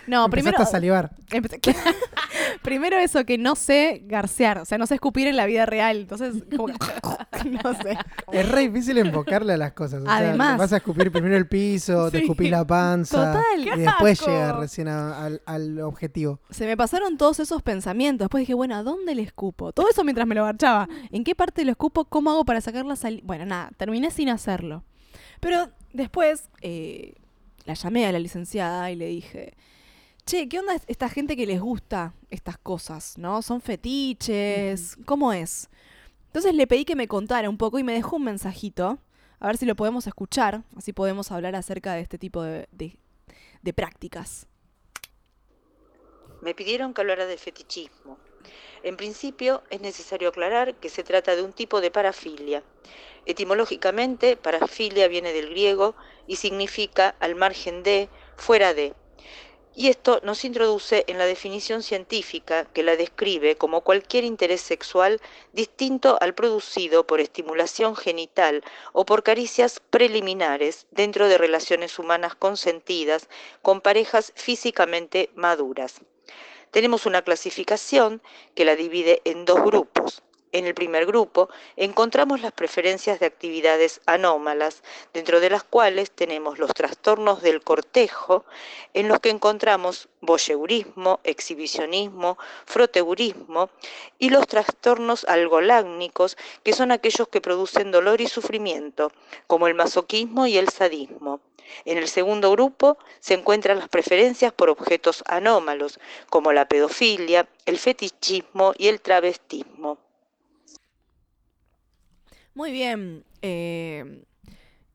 S3: No, primero.
S5: Empezaste a salivar.
S3: empecé- primero eso, que no sé garcear. O sea, no sé escupir en la vida real. Entonces, como que- no sé.
S5: Es re difícil invocarle a las cosas. o sea,
S3: Además.
S5: vas a escupir primero el piso, te
S4: Sí.
S5: escupís la panza.
S3: Total.
S5: Y después
S4: asco!
S5: llegas recién a- al, al objetivo.
S3: Se me pasaron todos esos pensamientos. Después dije, bueno, ¿a dónde le escupo? Todo eso mientras me lo garchaba. ¿En qué parte lo escupo? ¿Cómo hago para sacar la saliva? Bueno, nada, terminé sin hacerlo. Pero después eh, la llamé a la licenciada y le dije, che, ¿qué onda es esta gente que les gusta estas cosas? ¿No? Son fetiches. ¿Cómo es? Entonces le pedí que me contara un poco y me dejó un mensajito. A ver si lo podemos escuchar. Así podemos hablar acerca de este tipo de- de- de prácticas.
S10: Me pidieron que hablara del fetichismo. En principio, es necesario aclarar que se trata de un tipo de parafilia. Etimológicamente, parafilia viene del griego y significa al margen de, fuera de. Y esto nos introduce en la definición científica que la describe como cualquier interés sexual distinto al producido por estimulación genital o por caricias preliminares dentro de relaciones humanas consentidas con parejas físicamente maduras. Tenemos una clasificación que la divide en dos grupos. En el primer grupo encontramos las preferencias de actividades anómalas, dentro de las cuales tenemos los trastornos del cortejo, en los que encontramos voyeurismo, exhibicionismo, froteurismo y los trastornos algolácnicos, que son aquellos que producen dolor y sufrimiento, como el masoquismo y el sadismo. En el segundo grupo se encuentran las preferencias por objetos anómalos, como la pedofilia, el fetichismo y el travestismo.
S3: Muy bien. eh,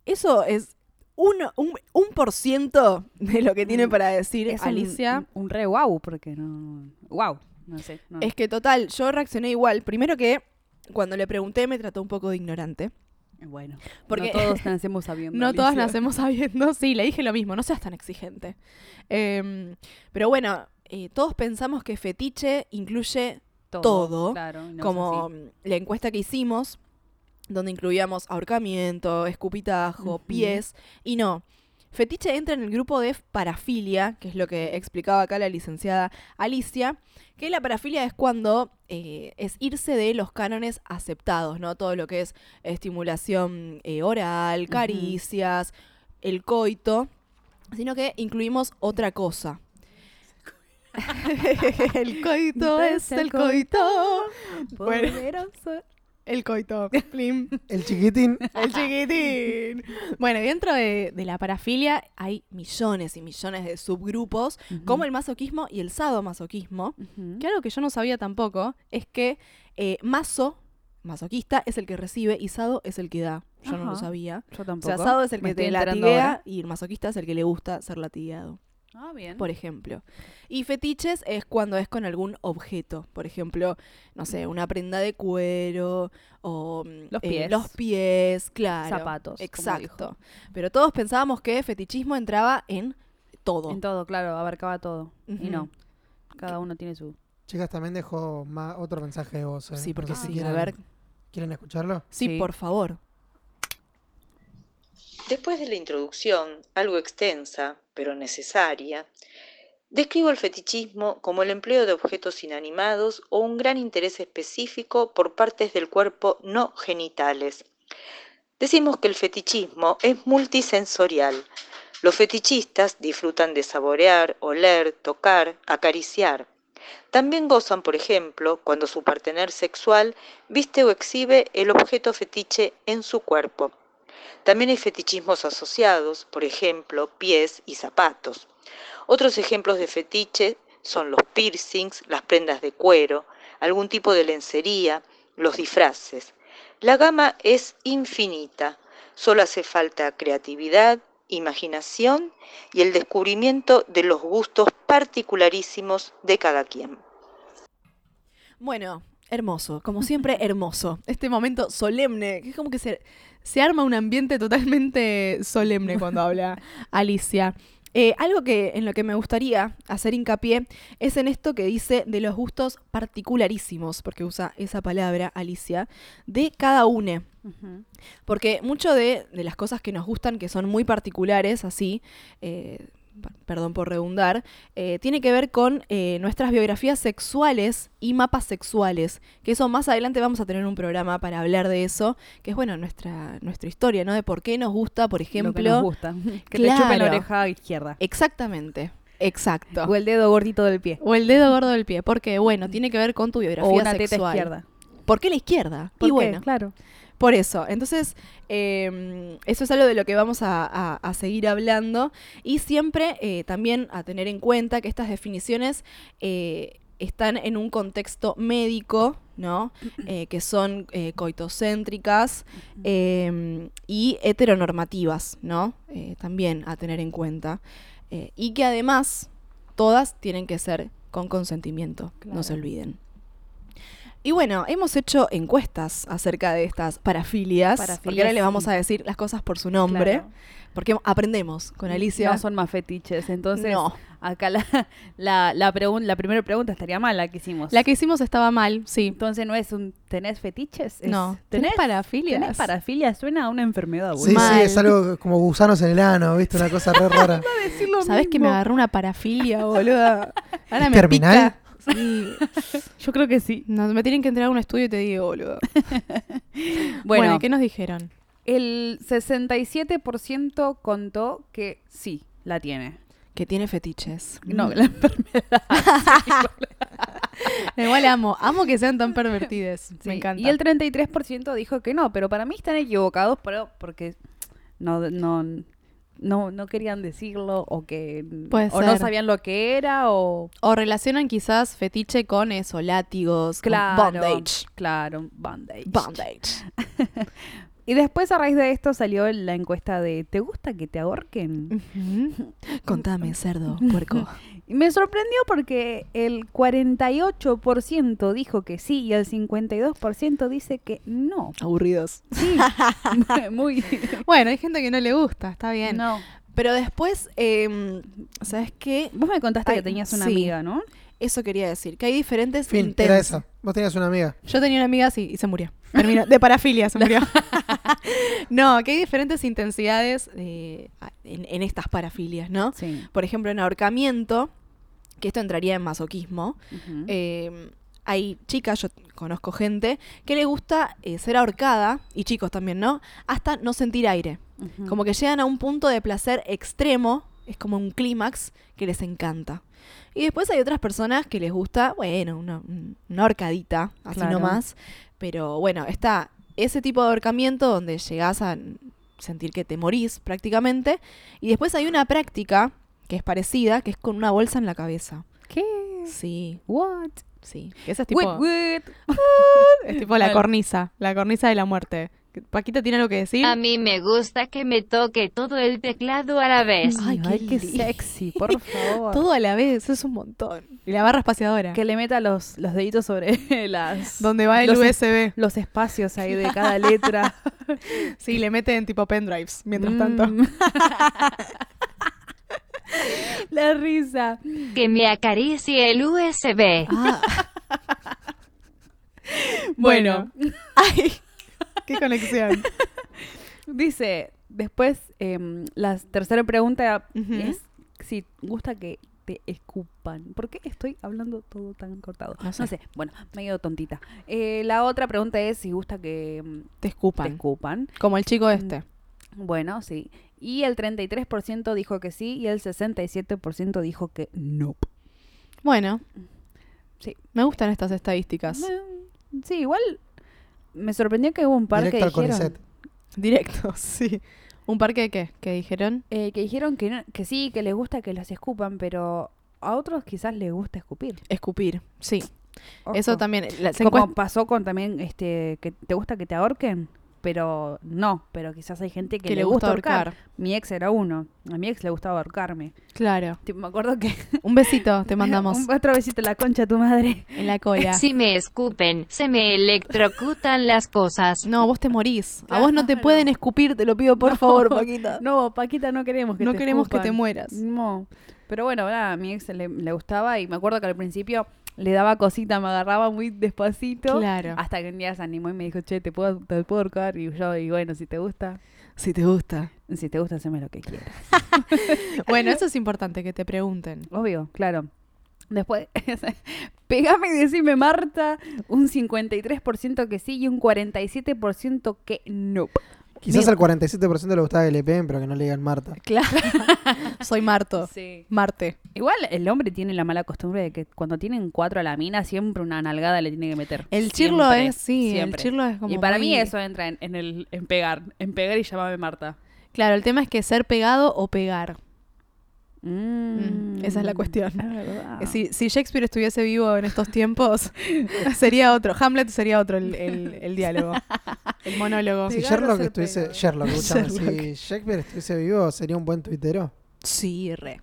S3: eso es uno- un, un por ciento de lo que tiene para decir
S4: Es un-
S3: Mm, Alicia.
S4: Un, re wow, porque no. Wow. No sé. no.
S3: Mm, Es que total, yo reaccioné igual. Primero que cuando le pregunté me trató un poco de ignorante.
S4: Bueno.
S3: Porque-
S4: no todos nacemos sabiendo.
S3: No todas
S4: Alicia.
S3: nacemos sabiendo. Sí, le dije lo mismo, no seas tan exigente. Em, Eh, pero bueno, eh, todos pensamos que fetiche incluye
S4: todo. claro, y no es
S3: como
S4: así.
S3: la encuesta que hicimos, donde incluíamos ahorcamiento, escupitajo, pies, y no. Fetiche entra en el grupo de parafilia, que es lo que explicaba acá la licenciada Alicia, que la parafilia es cuando eh, es irse de los cánones aceptados, ¿no? Todo lo que es estimulación eh, oral, caricias, el coito, sino que incluimos otra cosa. el coito es el coito. Bueno.
S4: Poderoso.
S3: El coito. Plim.
S5: El chiquitín.
S3: El chiquitín. Bueno, y dentro de, de la parafilia hay millones y millones de subgrupos, como el masoquismo y el sadomasoquismo.
S4: Ujú.
S3: Que algo que yo no sabía tampoco es que eh, maso, masoquista, es el que recibe y sado es el que da. Yo no lo
S4: Ajá.
S3: sabía.
S4: Yo
S3: O
S4: tampoco.
S3: sea, sado es el
S4: Me
S3: que
S4: estoy
S3: te
S4: enterando
S3: latiguea
S4: ahora.
S3: y el masoquista es el que le gusta ser latigueado,
S4: Ah, bien.
S3: por ejemplo. Y fetiches es cuando es con algún objeto. Por ejemplo, no sé, una prenda de cuero o mm,
S4: Los
S3: eh,
S4: pies.
S3: los pies, claro.
S4: Zapatos, como
S3: Exacto. Pero todos pensábamos que fetichismo entraba en todo.
S4: En todo, claro, abarcaba todo. Y
S3: Ujú.
S4: no. Cada uno tiene su.
S5: Chicas, también dejó ma- otro mensaje de voz. eh.
S3: sí, porque
S5: No sé si
S3: sí. A
S5: quieren-
S3: ver,
S5: ¿Quieren escucharlo?
S3: sí,
S4: Sí.
S3: por favor.
S10: Después de la introducción, algo extensa, pero necesaria, describo el fetichismo como el empleo de objetos inanimados o un gran interés específico por partes del cuerpo no genitales. Decimos que el fetichismo es multisensorial. Los fetichistas disfrutan de saborear, oler, tocar, acariciar. También gozan, por ejemplo, cuando su partener sexual viste o exhibe el objeto fetiche en su cuerpo. También hay fetichismos asociados, por ejemplo, pies y zapatos. Otros ejemplos de fetiche son los piercings, las prendas de cuero, algún tipo de lencería, los disfraces. La gama es infinita. Solo hace falta creatividad, imaginación y el descubrimiento de los gustos particularísimos de cada quien.
S3: Bueno, hermoso, como siempre, hermoso. Este momento solemne, que es como que se, se arma un ambiente totalmente solemne cuando habla Alicia. Eh, algo que en lo que me gustaría hacer hincapié es en esto que dice de los gustos particularísimos, porque usa esa palabra, Alicia, de cada une.
S4: Ujú.
S3: Porque mucho de, de las cosas que nos gustan, que son muy particulares, así, eh, per- perdón por redundar, eh, tiene que ver con eh, nuestras biografías sexuales y mapas sexuales. Que eso más adelante vamos a tener un programa para hablar de eso, que es bueno, nuestra, nuestra historia, ¿no? De por qué nos gusta, por
S4: Lo
S3: ejemplo.
S4: que nos gusta. Que te chupen la
S3: Claro.
S4: oreja izquierda.
S3: Exactamente, exacto.
S4: O el dedo gordito del pie.
S3: O el dedo gordo del pie, porque bueno, tiene que ver con tu
S4: O
S3: biografía
S4: una teta
S3: sexual.
S4: izquierda.
S3: ¿Por qué la izquierda?
S4: ¿Por
S3: y
S4: qué?
S3: bueno,
S4: Claro.
S3: Por eso, entonces, eh, eso es algo de lo que vamos a, a- a seguir hablando y siempre eh, también a tener en cuenta que estas definiciones eh, están en un contexto médico, ¿no? Eh, que son eh, coitocéntricas eh, y heteronormativas, ¿no? Eh, también a tener en cuenta. Eh, y que además todas tienen que ser con consentimiento, no se olviden. Y bueno, hemos hecho encuestas acerca de estas parafilias, porque ahora
S4: Parafilias,
S3: le vamos
S4: sí.
S3: a decir las cosas por su nombre,
S4: Claro.
S3: porque aprendemos con Alicia.
S4: No son más fetiches. Entonces,
S3: No.
S4: acá la, la, la, pregun- la primera pregunta estaría mala que hicimos.
S3: La que hicimos estaba mal, sí.
S4: Entonces no es un tenés fetiches. es
S3: No, tenés parafilias.
S4: Tenés parafilias. Suena a una enfermedad,
S5: Sí,
S4: boludo.
S3: Mal.
S5: sí, es algo como gusanos en el ano, ¿viste? Una cosa re rara.
S3: ¿Sabes que me agarró una parafilia, boluda? Ahora me
S5: ¿Terminal?
S3: pica. Sí.
S4: Yo creo que sí.
S3: No, me tienen que entrar a un estudio y te digo, boludo. Bueno,
S4: Bueno,
S3: ¿qué nos dijeron?
S4: el 67% contó que sí, la tiene.
S3: Que tiene fetiches.
S4: No, la enfermedad.
S3: Igual amo, amo que sean tan pervertidas. Me
S4: Sí,
S3: encanta.
S4: Y el 33% dijo que no, pero para mí están equivocados pero porque no, no, no, no querían decirlo o que
S3: Puede
S4: o no
S3: ser.
S4: sabían lo que era o...
S3: O relacionan quizás fetiche con eso, látigos, con
S4: Claro,
S3: bondage.
S4: Claro, bondage.
S3: Bondage.
S4: Y después a raíz de esto salió la encuesta de ¿te gusta que te
S3: Mm.
S4: ahorquen?
S3: Contame, cerdo, puerco.
S4: Y me sorprendió porque el 48% dijo que sí y el 52% dice que no.
S3: Aburridos.
S4: Sí, muy...
S3: Bueno, hay gente que no le gusta, está bien.
S4: No.
S8: em,
S3: Pero después, eh, ¿sabes qué?
S4: Vos me contaste
S3: Ay,
S4: que tenías una
S3: sí.
S4: amiga, ¿no?
S8: Eso quería decir, que hay diferentes
S5: Fin,
S8: intentos.
S5: era esa. Vos tenías una amiga.
S3: Yo tenía una amiga así y se murió. Terminó. De parafilia se murió. no, que hay diferentes intensidades eh, en, en estas parafilias, ¿no?
S4: Sí.
S8: Por ejemplo, en ahorcamiento, que esto entraría en masoquismo,
S4: Ujú.
S3: em,
S8: eh, hay chicas, yo conozco gente, que le gusta eh, ser ahorcada, y chicos también, ¿no? Hasta no sentir aire.
S4: Ujú.
S3: Mm.
S8: Como que llegan a un punto de placer extremo, es como un clímax que les encanta. Y después hay otras personas que les gusta, bueno, una, una horcadita, así
S4: Claro.
S8: nomás. Pero bueno, está ese tipo de ahorcamiento donde llegás a sentir que te morís prácticamente. Y después hay una práctica que es parecida, que es con una bolsa en la cabeza.
S4: ¿Qué?
S8: Sí,
S4: What?
S8: sí.
S3: Que esa es tipo,
S4: Wait, wait.
S3: es tipo la
S4: Mal.
S3: cornisa, la cornisa de la muerte. Paquita tiene algo que decir.
S6: A mí me gusta que me toque todo el teclado a la vez.
S8: Ay, qué
S4: Ay, qué
S8: lindo.
S4: sexy, por favor.
S3: Todo a la vez, es un montón. Y la barra espaciadora.
S4: Que le meta los, los deditos sobre las...
S3: Donde va el
S4: los,
S3: USB.
S4: los espacios ahí de cada letra.
S3: Sí, le meten tipo pendrives, mientras
S4: Mm.
S3: tanto.
S4: La risa.
S6: Que me acaricie el USB.
S8: Ah,
S3: Bueno. Ay, qué conexión.
S4: Dice, después, em, la tercera pregunta
S3: Ujú.
S4: es si gusta que te escupan. ¿Por qué estoy hablando todo tan cortado? No sé, bueno, medio tontita. Eh, la otra pregunta es si gusta que em,
S3: Te
S4: te
S3: escupan.
S4: escupan. Mm,
S3: Como el chico
S8: Mm.
S3: este.
S4: Bueno, sí. Y el 33% dijo que sí y el 67% dijo que no.
S3: Bueno.
S4: Sí.
S3: Me gustan estas estadísticas.
S4: Mm, Sí, igual me sorprendió que hubo un par
S5: Directo al
S4: que dijeron...
S5: CONICET.
S3: Directo, sí. ¿Un parque de qué? ¿Qué dijeron?
S4: Eh, que dijeron que, no- que sí, que les gusta que los escupan, pero a otros quizás les gusta escupir.
S3: Escupir, sí.
S4: Ojo.
S3: Eso también. eh, la- se
S4: Como
S3: encuest-
S4: pasó con también este que te gusta que te ahorquen, pero no, pero quizás hay gente que,
S3: Que le gusta
S4: ahorcar.
S3: ahorcar.
S4: Mi ex era uno, a mi ex le gustaba ahorcarme.
S3: Claro.
S4: Tipo, me acuerdo que
S3: Un besito te mandamos
S4: un- otro besito en la concha de tu madre.
S3: en la cola.
S6: Si me escupen, se me electrocutan las cosas.
S3: No, vos te morís. A vos no te
S4: Claro.
S3: pueden escupir, te lo pido por favor, Paquita.
S4: No, Paquita, no queremos que
S3: No
S4: te
S3: queremos que
S4: escupan.
S3: te mueras.
S4: No. Pero bueno, nada, a mi ex le, le gustaba y me acuerdo que al principio le daba cosita, me agarraba muy despacito.
S3: Claro.
S4: Hasta que un día se animó y me dijo, che, te puedo, te puedo ahorcar. Y yo, y bueno, si te gusta,
S3: Si te gusta.
S4: si te gusta, haceme lo que quieras.
S3: Bueno, eso es importante que te pregunten.
S4: Obvio, claro. Después, pegame y decime, Marta, un 53% que sí y un 47% que no.
S5: Quizás al 47% le gustaba que le peguen, pero que no le digan Marta.
S3: Claro. Soy Marto.
S4: Sí.
S3: Marte.
S4: Igual el hombre tiene la mala costumbre de que cuando tienen cuatro a la mina, siempre una nalgada le tiene que meter.
S3: El chirlo
S4: Siempre,
S3: es, sí, el
S4: siempre.
S3: chirlo es como.
S4: y para mí
S3: muy-
S4: eso entra en, en el en pegar, en pegar y llamarme Marta.
S3: Claro, el tema es que ser pegado o pegar.
S4: Mm.
S3: esa es la cuestión.
S4: Es verdad.
S3: Si, si Shakespeare estuviese vivo en estos tiempos, sería otro. Hamlet sería otro el, el- el diálogo. El monólogo.
S5: Si Sherlock estuviese. Sherlock, escúchame, Si Shakespeare estuviese vivo, sería un buen tuitero.
S3: Sí, re.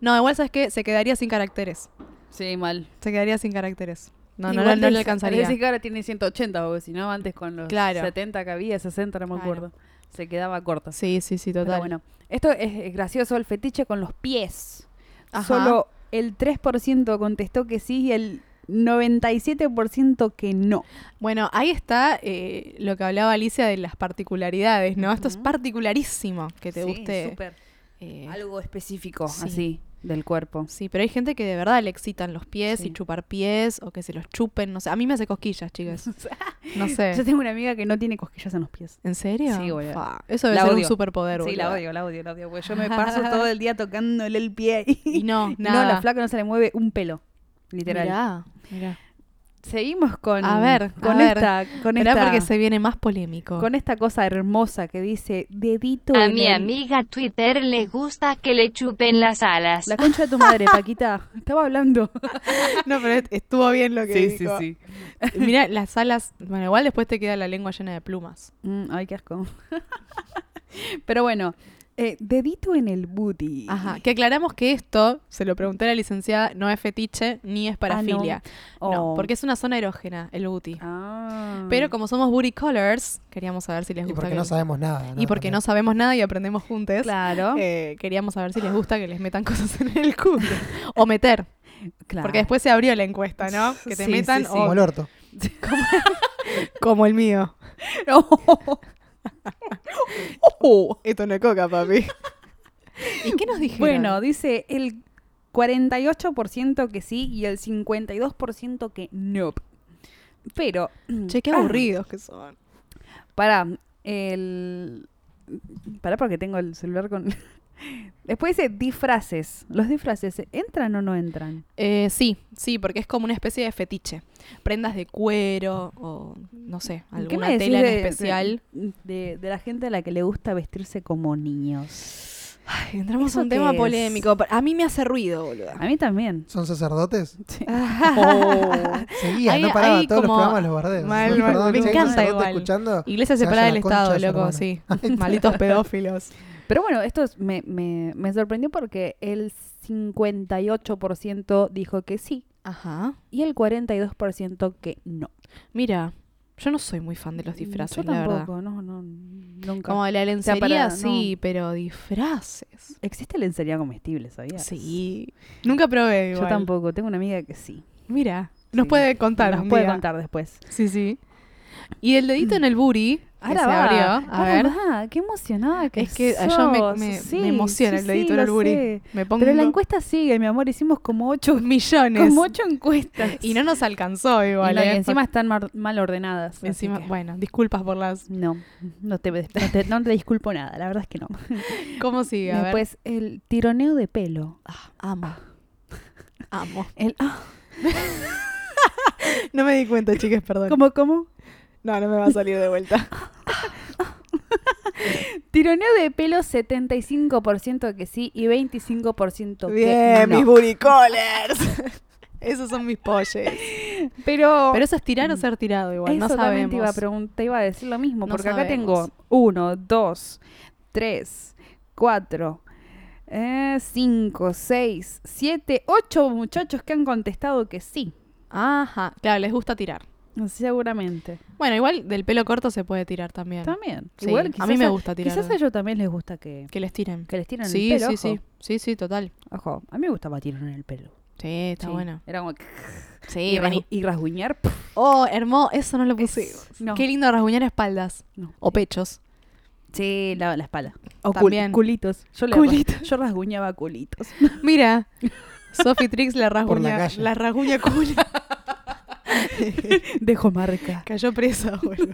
S3: No, igual sabes que se quedaría sin caracteres.
S4: Sí, mal.
S3: Se quedaría sin caracteres. No, no,
S4: Igual
S3: no, no le
S4: dice-
S3: alcanzaría.
S4: Dice que ahora tiene 180, porque si no, antes con los
S3: Claro.
S4: 70 que había, 60, no me
S3: Claro.
S4: acuerdo. Se quedaba corta.
S3: Sí, sí, sí,
S4: Pero
S3: total.
S4: bueno, esto es eh, gracioso, el fetiche con los pies.
S3: Ajá.
S4: Solo el 3% contestó que sí y el 97% que no.
S3: Bueno, ahí está eh, lo que hablaba Alicia de las particularidades, ¿no? Esto es
S4: Ujú.
S3: particularísimo que te
S4: Sí,
S3: guste.
S4: súper.
S3: eh,
S4: Algo específico,
S3: Sí.
S4: así, del cuerpo.
S3: Sí, pero hay gente que de verdad le excitan los pies
S4: Sí.
S3: y chupar pies o que se los chupen, no sé. A mí me hace cosquillas, chicas. No
S4: Yo
S3: sé.
S4: tengo una amiga que no tiene cosquillas en los pies.
S3: ¿En serio?
S4: Sí, boluda.
S3: Fa, Eso debe
S4: La
S3: ser
S4: odio.
S3: un superpoder,
S4: Sí, la
S3: boluda.
S4: odio, la odio, la odio. Porque yo me paso todo el día tocándole el pie.
S3: Y no,
S4: No,
S3: nada.
S4: la flaca no se le mueve un pelo. Literal.
S3: Mirá, mirá.
S4: Seguimos con.
S3: A ver, a
S4: con
S3: ver.
S4: esta. Con
S3: Mirá
S4: esta,
S3: porque se viene más polémico.
S4: con esta cosa hermosa que dice dedito
S6: A
S4: en
S6: mi
S4: el-
S6: amiga Twitter le gusta que le chupen las alas.
S4: La concha de tu madre, Paquita. Estaba hablando.
S3: No, pero est- estuvo bien lo que dijo.
S4: sí.
S3: Mira, las alas, bueno, igual después te queda la lengua llena de plumas.
S4: Mm, ay, qué asco. Pero bueno, eh, dedito en el booty.
S3: Ajá, que aclaramos que esto, se lo pregunté a la licenciada, no es fetiche ni es parafilia.
S4: Ah, no.
S3: no.
S4: Oh.
S3: porque es una zona erógena, el booty.
S4: Ah.
S3: Pero como somos booty colors, queríamos saber si les
S5: Y
S3: gusta.
S5: porque
S3: que-
S5: Ah, no sabemos nada.
S3: y porque no sabemos nada y aprendemos juntos.
S4: Claro.
S3: eh, queríamos saber si les gusta que les metan cosas en el culo. o meter.
S4: Claro.
S3: Porque después se abrió la encuesta, ¿no? Que te
S4: Sí, sí,
S3: metan
S4: sí.
S3: o-
S5: Como el orto.
S3: como el mío. Esto no es coca, papi. ¿Y qué nos dijeron?
S4: Bueno, dice el 48% que sí y el 52% que no. Pero.
S3: Che, qué
S4: ah,
S3: aburridos que son.
S4: Pará, el. Pará porque tengo el celular con. Después dice disfraces. ¿Los disfraces entran o no entran?
S3: Eh, sí, sí, porque es como una especie de fetiche. Prendas de cuero o, no sé,
S4: ¿Qué
S3: alguna
S4: me decís
S3: tela en
S4: de- de-
S3: especial.
S4: De, de la gente a la que le gusta vestirse como niños.
S3: Ay, entramos
S4: ¿Eso
S3: a un tema
S4: qué es?
S3: polémico. A mí me hace ruido, boludo.
S4: A mí también.
S5: ¿Son sacerdotes?
S3: Ahí-
S8: Oh.
S3: Oh.
S5: Seguía, no paraba.
S3: ahí
S5: Todos
S3: como-
S5: los programas los bardeos.
S3: Mal,
S5: Perdón,
S3: mal, me
S5: si hay un
S3: encanta
S5: sacerdote
S3: igual.
S5: escuchando,
S3: Iglesia
S5: se vaya
S3: separada
S5: a
S3: del
S5: la concha
S3: Estado,
S5: de su
S3: loco,
S5: hermana.
S3: sí. Malitos pedófilos.
S4: Pero bueno, esto es- me, me- me sorprendió porque el 58% dijo que sí
S3: Ajá.
S4: y el 42% que no.
S3: Mira, yo no soy muy fan de los disfraces,
S4: Yo
S3: la verdad.
S4: tampoco, no, no, nunca.
S3: Como la lencería,
S4: para-
S3: sí, pero disfraces.
S4: Existe lencería comestible, ¿sabías?
S3: Sí. Nunca probé
S4: Yo
S3: igual.
S4: tampoco, tengo una amiga que sí.
S3: Mira, nos
S4: Sí.
S3: puede contar
S4: Nos
S3: un
S4: puede
S3: día.
S4: contar después.
S3: Sí, sí. Y el dedito en el booty, que se abrió. A
S4: Mm. ahora
S3: ver.
S4: va, Ah, qué emocionada que ah,
S3: Es que yo me,
S4: sos.
S3: me-
S4: Sí,
S3: me emociona
S4: sí,
S3: el dedito
S4: sí,
S3: en el
S4: lo
S3: booty.
S4: sé.
S3: Me pongo
S4: Pero la encuesta sigue, mi amor, hicimos como ocho,
S3: millones.
S4: como ocho encuestas.
S3: Y no nos alcanzó igual.
S4: Y no, y
S3: ¿eh?
S4: encima están mar- mal ordenadas. así
S3: Encima,
S4: que-
S3: bueno, disculpas por las.
S4: No, no te, no, te, no te disculpo nada, la verdad es que no.
S3: ¿Cómo sigue? A ver.
S4: Después, el tironeo de pelo.
S8: Ah,
S3: Amo. Amo.
S4: El, ah,
S3: No me di cuenta, chicas, perdón.
S4: ¿Cómo, cómo?
S3: No, no me va a salir de vuelta.
S4: Tironeo de pelo, 75% que sí y 25% que
S3: Bien,
S4: no.
S3: mis booty collars. Esos son mis polles.
S4: Pero,
S3: Pero eso es tirar o ser tirado igual, no
S4: eso también
S3: sabemos.
S4: te iba, a pregun- te iba a decir lo mismo,
S3: No
S4: porque acá
S3: sabemos.
S4: tengo 1, 2, 3, 4, eh, 5, 6, 7, 8 muchachos que han contestado que sí,
S3: Ajá, claro, les gusta tirar.
S4: seguramente.
S3: Bueno, igual del pelo corto se puede tirar también.
S4: También.
S3: Sí, a mí me gusta tirar.
S4: Quizás a ellos también les gusta que,
S3: Que les tiren.
S4: que les tiren
S3: sí,
S4: el pelo.
S3: sí,
S4: ojo.
S3: sí. Sí, sí, total.
S4: Ojo, a mí me gustaba tirar en el pelo.
S3: Sí, está
S4: Sí,
S3: bueno.
S4: Era como que-
S3: Sí,
S4: y, rasgu- y rasguñar. puf,
S3: Oh, hermoso, eso no lo puse.
S4: Es- no.
S3: Qué lindo rasguñar espaldas
S4: no.
S3: o pechos.
S4: Sí, la, la espalda. O cul-
S3: También.
S4: culitos. Yo, le-
S3: Culitos.
S4: yo rasguñaba culitos.
S3: Mira, Sophie Trix la rasguña.
S5: Por la calle.
S3: la rasguña culo.
S4: Dejo marca.
S3: Cayó presa, boludo.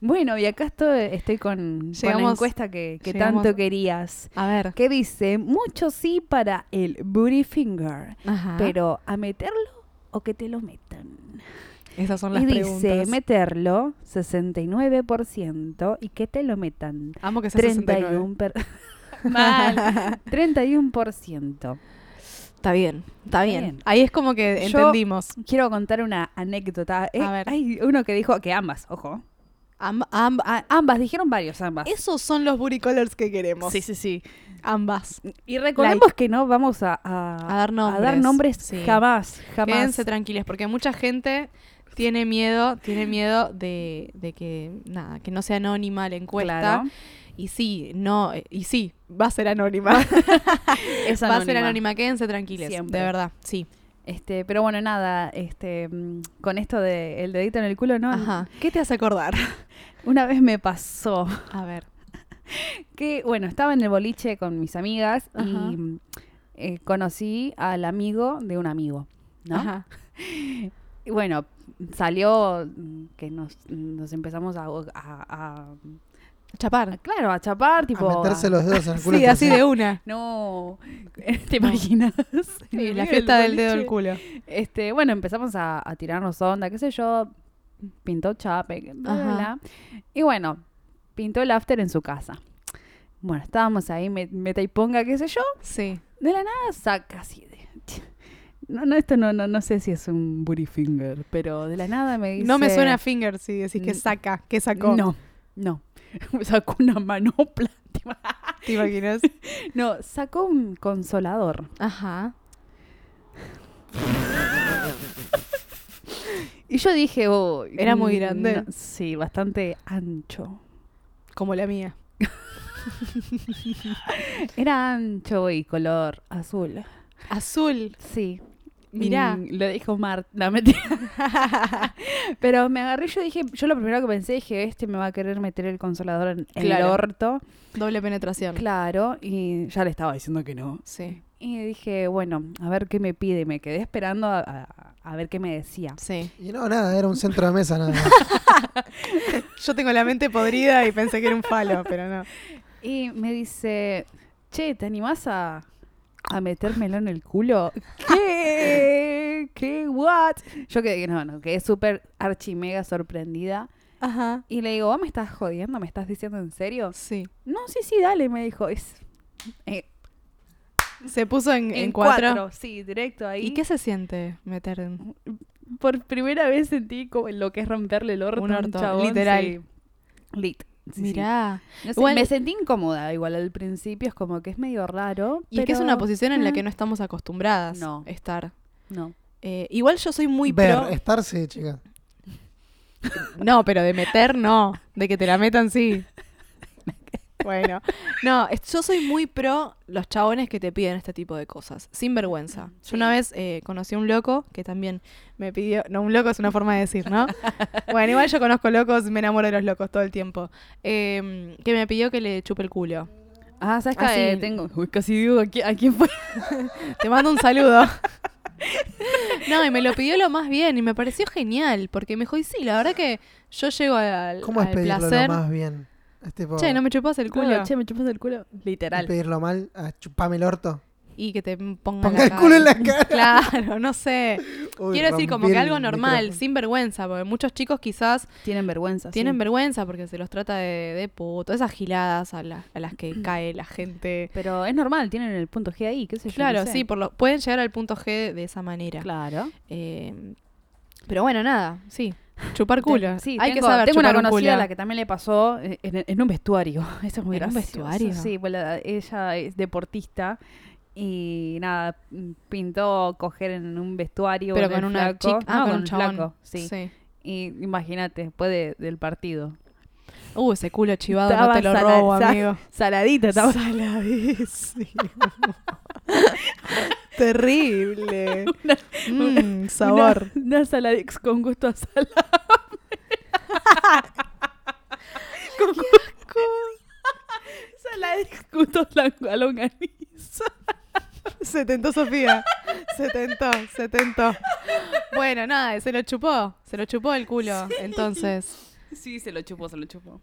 S4: Bueno, y acá estoy, estoy con, con la
S3: Llegamos-
S4: encuesta que, que
S3: llegamos-
S4: tanto querías.
S3: A ver.
S4: Que dice, mucho sí para el booty finger.
S3: Ajá.
S4: Pero, ¿a meterlo o que te lo metan?
S3: Esas son las
S4: Y dice
S3: preguntas.
S4: meterlo 69% y que te lo metan
S3: Amo que sea 69.
S4: 31 per- Mal. 31%.
S3: Está bien, está bien.
S4: bien.
S3: Ahí es como que
S4: Yo-
S3: entendimos.
S4: Quiero contar una anécdota. Eh,
S3: A ver.
S4: Hay uno que dijo que ambas, ojo.
S3: Amb- amb- a-
S4: A- ambas, dijeron varios ambas.
S3: esos son los booty colors que queremos.
S4: Sí, sí, sí.
S3: Ambas.
S4: Y recordemos que no vamos a, a-
S3: A dar nombres.
S4: nombres
S3: Sí.
S4: jamás, jamás.
S3: Quédense tranquilos, porque mucha gente tiene miedo, tiene miedo de, de que, nada, que no sea anónima la encuesta.
S4: Claro.
S3: Y sí, no, eh, y sí, va a ser anónima.
S4: Es
S3: Va a ser anónima, quédense tranquilos.
S4: Siempre.
S3: De verdad, sí.
S4: Este, pero bueno, nada, este, mm, con esto de el dedito en el culo, ¿no?
S3: Ajá. ¿Qué te hace acordar?
S4: Una vez me pasó
S3: A ver.
S4: que, bueno, estaba en el boliche con mis amigas y
S3: Ajá.
S4: mm, eh, conocí al amigo de un amigo, ¿no?
S3: Ajá.
S4: Y bueno, salió mm, que nos, nos empezamos a, a- a-
S3: Chapar.
S4: claro, a chapar, tipo...
S5: a meterse los dedos en el culo.
S3: Sí, así de una.
S4: No, ¿te imaginas? En
S3: Sí,
S4: el
S3: la
S4: medio
S3: fiesta del dedo
S4: boliche.
S3: del culo.
S4: Este, bueno, empezamos a, a tirarnos onda, qué sé yo, pintó chape, bla, bla,
S3: Ajá.
S4: bla. Y bueno, pintó el after en su casa. Bueno, estábamos ahí, me- meta y ponga, qué sé yo,
S3: Sí.
S4: de la nada saca así de... No, no, esto no, no, no sé si es un booty finger, pero de la nada me dice...
S3: No me suena a finger si decís que
S4: Mm.
S3: saca, que sacó.
S4: No, no. Sacó una manopla. tipo.
S3: ¿Te imaginas?
S4: No, sacó un consolador.
S3: Ajá.
S4: Y yo dije, oh...
S3: Era muy
S4: mm,
S3: grande.
S4: no, sí, bastante ancho.
S3: Como la mía.
S4: Era ancho y color azul.
S3: Azul.
S4: Sí.
S8: Mirá.
S4: Mm, lo dijo Marta. No, mentira. Pero me agarré, yo dije, yo lo primero que pensé dije, este me va a querer meter el consolador en en el
S8: Claro.
S4: orto.
S8: Doble penetración.
S4: Claro, y ya le estaba diciendo que no.
S8: Sí,
S4: Y dije, bueno, a ver qué me pide. Y me quedé esperando a, a- a ver qué me decía.
S8: sí.
S5: Y no, nada, era un centro de mesa, nada. más.
S3: Yo tengo la mente podrida y pensé que era un falo, pero no.
S4: Y me dice, che, ¿te animás a, a metérmelo en el culo? ¿Qué? ¿Qué? ¿What? Yo quedé, no, no, quedé súper archi mega sorprendida.
S8: Ajá.
S4: Y le digo, ¿vos me estás jodiendo? ¿Me estás diciendo en serio?
S8: Sí.
S4: No, sí, sí, dale, me dijo. Es, eh,
S3: Se puso en, en cuatro.
S4: Sí, directo ahí.
S8: ¿Y qué se siente meter en-
S4: Por primera vez sentí como lo que es romperle el orto.
S8: Un
S4: a
S8: orto,
S4: chabón,
S8: literal.
S4: sí. Lit. sí, sí.
S8: Mirá.
S4: No sé,
S8: Igual-
S4: me sentí incómoda igual al principio, es como que es medio raro.
S8: Y que es
S4: pero-
S8: una posición en la
S4: Mm.
S8: que no estamos acostumbradas
S4: No.
S8: estar.
S4: No.
S8: Eh, igual yo soy muy
S5: Ver,
S8: pro.
S5: estar, sí, chica.
S8: No, pero de meter no. De que te la metan sí. Bueno. No, es- yo soy muy pro los chabones que te piden este tipo de cosas. Sin vergüenza. Yo una vez eh, conocí a un loco que también me pidió. No, un loco es una forma de decir, ¿no? bueno, igual yo conozco locos, me enamoro de los locos todo el tiempo. Eh, que me pidió que le chupe el culo.
S4: Ah, ¿sabes
S8: Así.
S4: qué? Tengo... Uy, casi digo, ¿a quién, a quién fue?
S8: Te mando un saludo. No, y me lo pidió lo más bien y me pareció genial, porque me dijo, y sí, la verdad que yo llego al,
S5: ¿Cómo es
S8: al
S5: pedirlo lo
S8: placer.
S5: más bien? Es tipo,
S8: Che, no me chupas el culo.
S4: Claro, che, me chupas el culo.
S5: y
S4: Literal.
S5: pedirlo mal, a chupame el orto.
S8: Y que te pongan
S5: Ponga el culo en la cara.
S8: Claro, no sé.
S5: Uy,
S8: Quiero decir, como
S5: rompí
S8: que
S5: el
S8: algo normal,
S5: micrófono.
S8: sin vergüenza, porque muchos chicos quizás
S4: Tienen vergüenza. sí.
S8: tienen vergüenza porque se los trata de, de puto, esas giladas a, la- a las que cae la gente.
S4: Pero es normal, tienen el punto G ahí, qué sé yo.
S8: Claro,
S4: no sé.
S8: sí, por lo, pueden llegar al punto G de esa manera.
S4: Claro.
S8: Eh, pero bueno, nada, sí. Chupar culo.
S4: Sí,
S8: hay
S4: tengo,
S8: que saber
S4: tengo una
S8: chupar un
S4: conocida
S8: culo.
S4: a la que también le pasó eh, en, en un vestuario. Eso es muy
S8: ¿En un
S4: gracioso.
S8: vestuario?
S4: Sí, bueno, ella es deportista y nada, mm, pintó coger en un vestuario.
S8: Pero
S4: en
S8: con
S4: el
S8: una
S4: flaco.
S8: chica, ah,
S4: No,
S8: con,
S4: con
S8: un
S4: el
S8: chabón.
S4: flaco, sí. Y imagínate, después de- del partido.
S8: Uh, ese culo chivado
S4: Estaba
S8: no te lo
S4: sala-
S8: robo,
S4: sa-
S8: amigo.
S4: Saladita estaba.
S3: Terrible.
S4: Una-
S8: Mm,
S3: Mmm, sabor.
S4: Una, una saladix con gusto a salame. con gusto. saladix gusto a la- a longaniza.
S3: Se tentó Sofía. Se tentó, se tentó.
S8: Bueno, nada, se lo chupó. Se lo chupó el culo, entonces.
S4: Sí, se lo chupó, se lo chupó.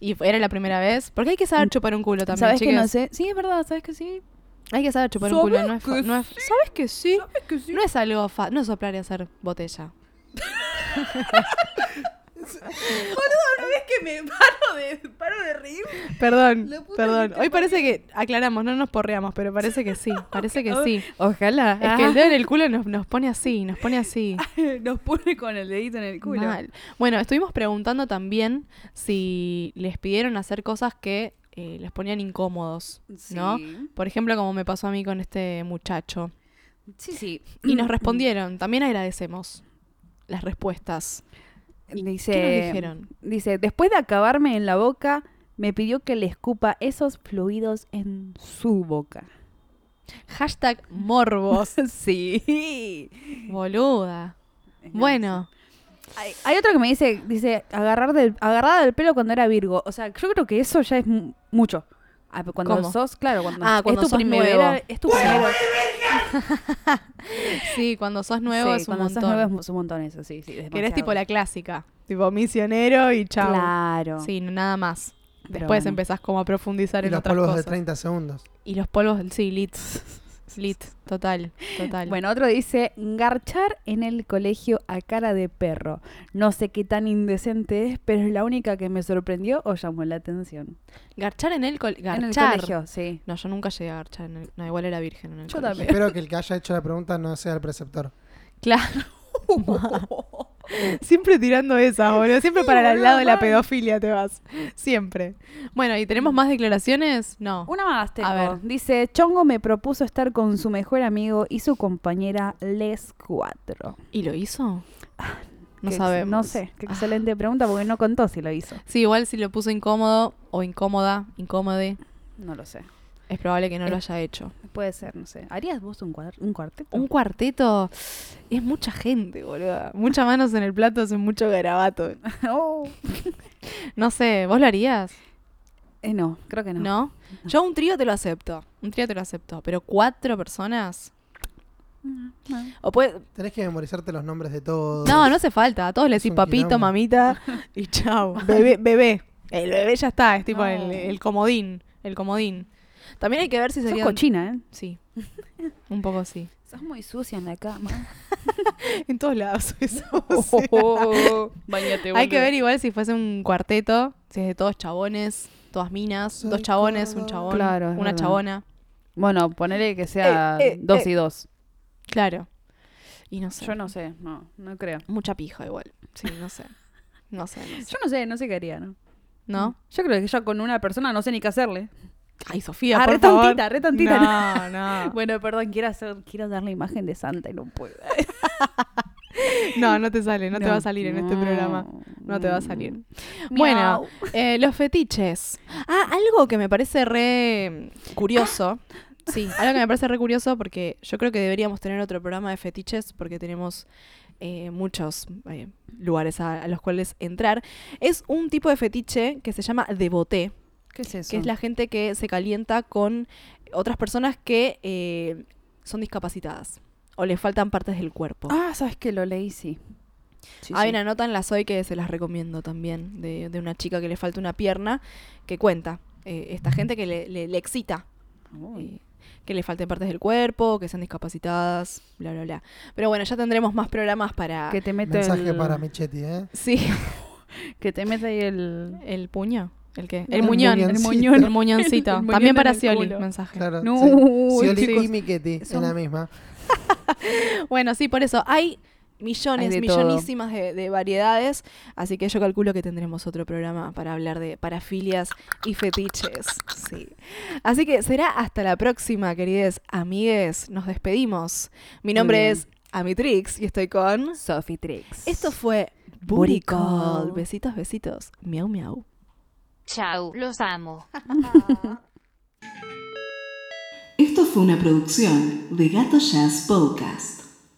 S8: Y fue- era la primera vez. Porque hay que saber chupar un culo también,
S4: ¿Sabes que
S8: chicas.
S4: no sé? Sí, es verdad, ¿sabes que sí?
S8: Hay que saber chupar un culo. No es, fa- no es- ¿Sabes que sí?
S4: ¿Sabes que sí?
S8: No es algo fa No es soplar y hacer botella.
S4: Boludo, no ves que me paro de, paro de reír.
S3: Perdón,
S4: La puta
S3: perdón.
S4: que te
S3: Hoy parece que aclaramos, no nos porreamos, pero parece que sí, parece que sí.
S4: Ojalá.
S8: Es que el dedo en el culo nos, nos pone así, nos pone así.
S4: nos pone con el dedito en el Ah, culo.
S8: Mal. Bueno, estuvimos preguntando también si les pidieron hacer cosas que eh, les ponían incómodos, ¿no?
S4: Sí.
S8: Por ejemplo, como me pasó a mí con este muchacho.
S4: Sí, sí.
S8: Y nos respondieron, también agradecemos las respuestas.
S4: Dice,
S8: ¿Qué nos dijeron?
S4: Dice, después de acabarme en la boca, me pidió que le escupa esos fluidos en su boca.
S8: Hashtag morbos,
S4: sí.
S8: boluda. Bueno,
S4: Hay, hay otro que me dice, dice, agarrar del, agarrada del pelo cuando era Virgo. O sea, yo creo que eso ya es mu- mucho. Ah, pero Cuando
S8: ¿Cómo?
S4: sos, claro, cuando,
S8: Ah,
S4: es
S8: cuando
S4: tu
S8: sos
S4: primera-
S8: nuevo.
S4: Es tu primera-
S8: sí, cuando sos nuevo
S4: Sí,
S8: es un
S4: cuando
S8: montón.
S4: sos nuevo es mu- es un montón eso, sí, sí.
S3: Que eres
S4: demasiado.
S3: tipo la clásica, tipo misionero y chao.
S4: Claro.
S8: Sí, no- nada más.
S4: Pero
S8: Después
S4: bueno.
S3: Empezás como a profundizar
S5: Y
S3: en
S5: los
S3: otras
S5: polvos de
S3: cosas.
S5: 30 segundos.
S8: Y los polvos, del- sí, lit. Lit, total, total.
S4: Bueno, otro dice, garchar en el colegio a cara de perro. No sé qué tan indecente es, pero es la única que me sorprendió o llamó la atención.
S8: garchar en el, col- garchar.
S4: En el colegio, sí.
S8: No, yo nunca llegué a garchar. en el- No, igual era virgen en el
S4: Yo
S8: colegio.
S4: también.
S5: Espero que el que haya hecho la pregunta no sea el preceptor.
S8: Claro.
S3: Siempre tirando esas,
S8: Ah,
S3: boludo. Siempre
S4: Sí,
S3: para el
S4: boludo,
S3: lado de la
S4: mal.
S3: pedofilia te vas. Siempre.
S8: Bueno, ¿y tenemos más declaraciones? No.
S4: Una más tengo.
S8: A ver.
S4: Dice, Chongo me propuso estar con su mejor amigo y su compañera Les Cuatro.
S8: ¿Y lo hizo? No
S4: Ah, Que ex-
S8: sabemos.
S4: No sé, qué
S8: Ah.
S4: excelente pregunta porque no contó si lo hizo.
S8: Sí, igual si lo puso incómodo o incómoda, incómode,
S4: No lo sé.
S8: es probable que no
S4: Eh.
S8: lo haya hecho.
S4: Puede ser, no sé. ¿Harías vos un, cuadr- un cuarteto?
S8: Un cuarteto es mucha gente, boludo. Muchas manos en el plato es mucho garabato.
S4: Oh.
S8: No sé, ¿vos lo harías?
S4: Eh, no, creo que no.
S8: ¿No? Yo un trío te lo acepto. Un trío te lo acepto. Pero cuatro personas.
S4: no.
S8: O puede...
S5: Tenés que memorizarte los nombres de todos.
S8: Mm, No, no hace falta. A todos les
S5: Es
S8: decís
S5: un
S8: papito,
S5: quilombo.
S8: mamita y chao. Bebé, bebé. El bebé ya está. Es tipo
S4: No.
S8: el, el comodín. El comodín. También hay que ver si
S4: Sos
S8: sería.
S4: cochina, ¿eh?
S8: Sí. Un poco sí.
S4: Sos muy sucia en la cama.
S8: En todos lados. eso, o
S4: Oh,
S8: sea.
S4: Bañate,
S8: Hay que ver igual si fuese un cuarteto, si es de todos chabones, todas minas,
S5: Soy
S8: dos chabones, un chabón,
S4: Claro, es
S8: una
S4: verdad.
S8: chabona.
S4: Bueno, ponele que sea
S8: Eh, eh,
S4: dos y dos.
S8: Claro. Y no sé.
S4: Yo no sé, no, no creo.
S8: Mucha pija igual. Sí, no sé. No sé, no sé.
S4: Yo no sé, no sé qué haría, ¿no?
S8: ¿No?
S4: Yo creo que yo con una persona no sé ni qué hacerle.
S8: Ay, Sofía,
S4: Ah,
S8: por
S4: re
S8: favor.
S4: tontita, re tontita.
S8: No, no.
S4: Bueno, perdón, quiero hacer, quiero dar la imagen de Santa y no puedo.
S8: No, no te sale, no, te va a salir en este programa. No te va a salir.
S4: Miau.
S8: Bueno, eh, los fetiches. Ah, algo que me parece re mm, curioso. Sí, algo que me parece re curioso porque yo creo que deberíamos tener otro programa de fetiches porque tenemos eh, muchos eh, lugares a, a los cuales entrar. Es un tipo de fetiche que se llama devoté,
S4: ¿Qué es eso?
S8: que es la gente que se calienta con otras personas que eh, son discapacitadas o les faltan partes del cuerpo.
S4: Ah, sabes que lo leí, sí. Sí,
S8: Hay
S4: sí.
S8: una nota en la SOI que se las recomiendo también, de, de una chica que le falta una pierna, que cuenta eh, esta gente que le, le- le excita,
S4: Uy.
S8: eh, que le falten partes del cuerpo, que sean discapacitadas, bla, bla, bla. Pero bueno, ya tendremos más programas para...
S4: Ah. Que te mete
S5: Mensaje
S4: el...
S5: para Michetti, ¿eh?
S8: Sí,
S4: Que te mete ahí el...
S8: el puño. ¿El qué?
S5: El
S8: El muñón.
S5: muñoncito.
S8: El
S5: muñón.
S8: El muñoncito.
S4: El muñón
S8: También para
S4: en el
S8: Scioli,
S4: culo.
S8: mensaje.
S5: Claro.
S4: No,
S5: sí.
S4: uy,
S5: Scioli
S4: chicos.
S5: y Michetti, es
S4: Son-
S5: la misma.
S8: Bueno, sí, por eso. Hay millones,
S4: Hay de
S8: millonísimas de, de variedades, así que yo calculo que tendremos otro programa para hablar de parafilias y fetiches. Sí. Así que será hasta la próxima, querides amigues. Nos despedimos. Mi nombre
S4: bien.
S8: es Amitrix y estoy con...
S4: Sophie Tricks.
S8: Esto fue
S4: Booty
S8: Buricol.
S4: Call.
S8: Besitos, besitos. Miau, miau.
S6: Chau, los amo.
S2: Esto fue una producción de Gato Jazz Podcast.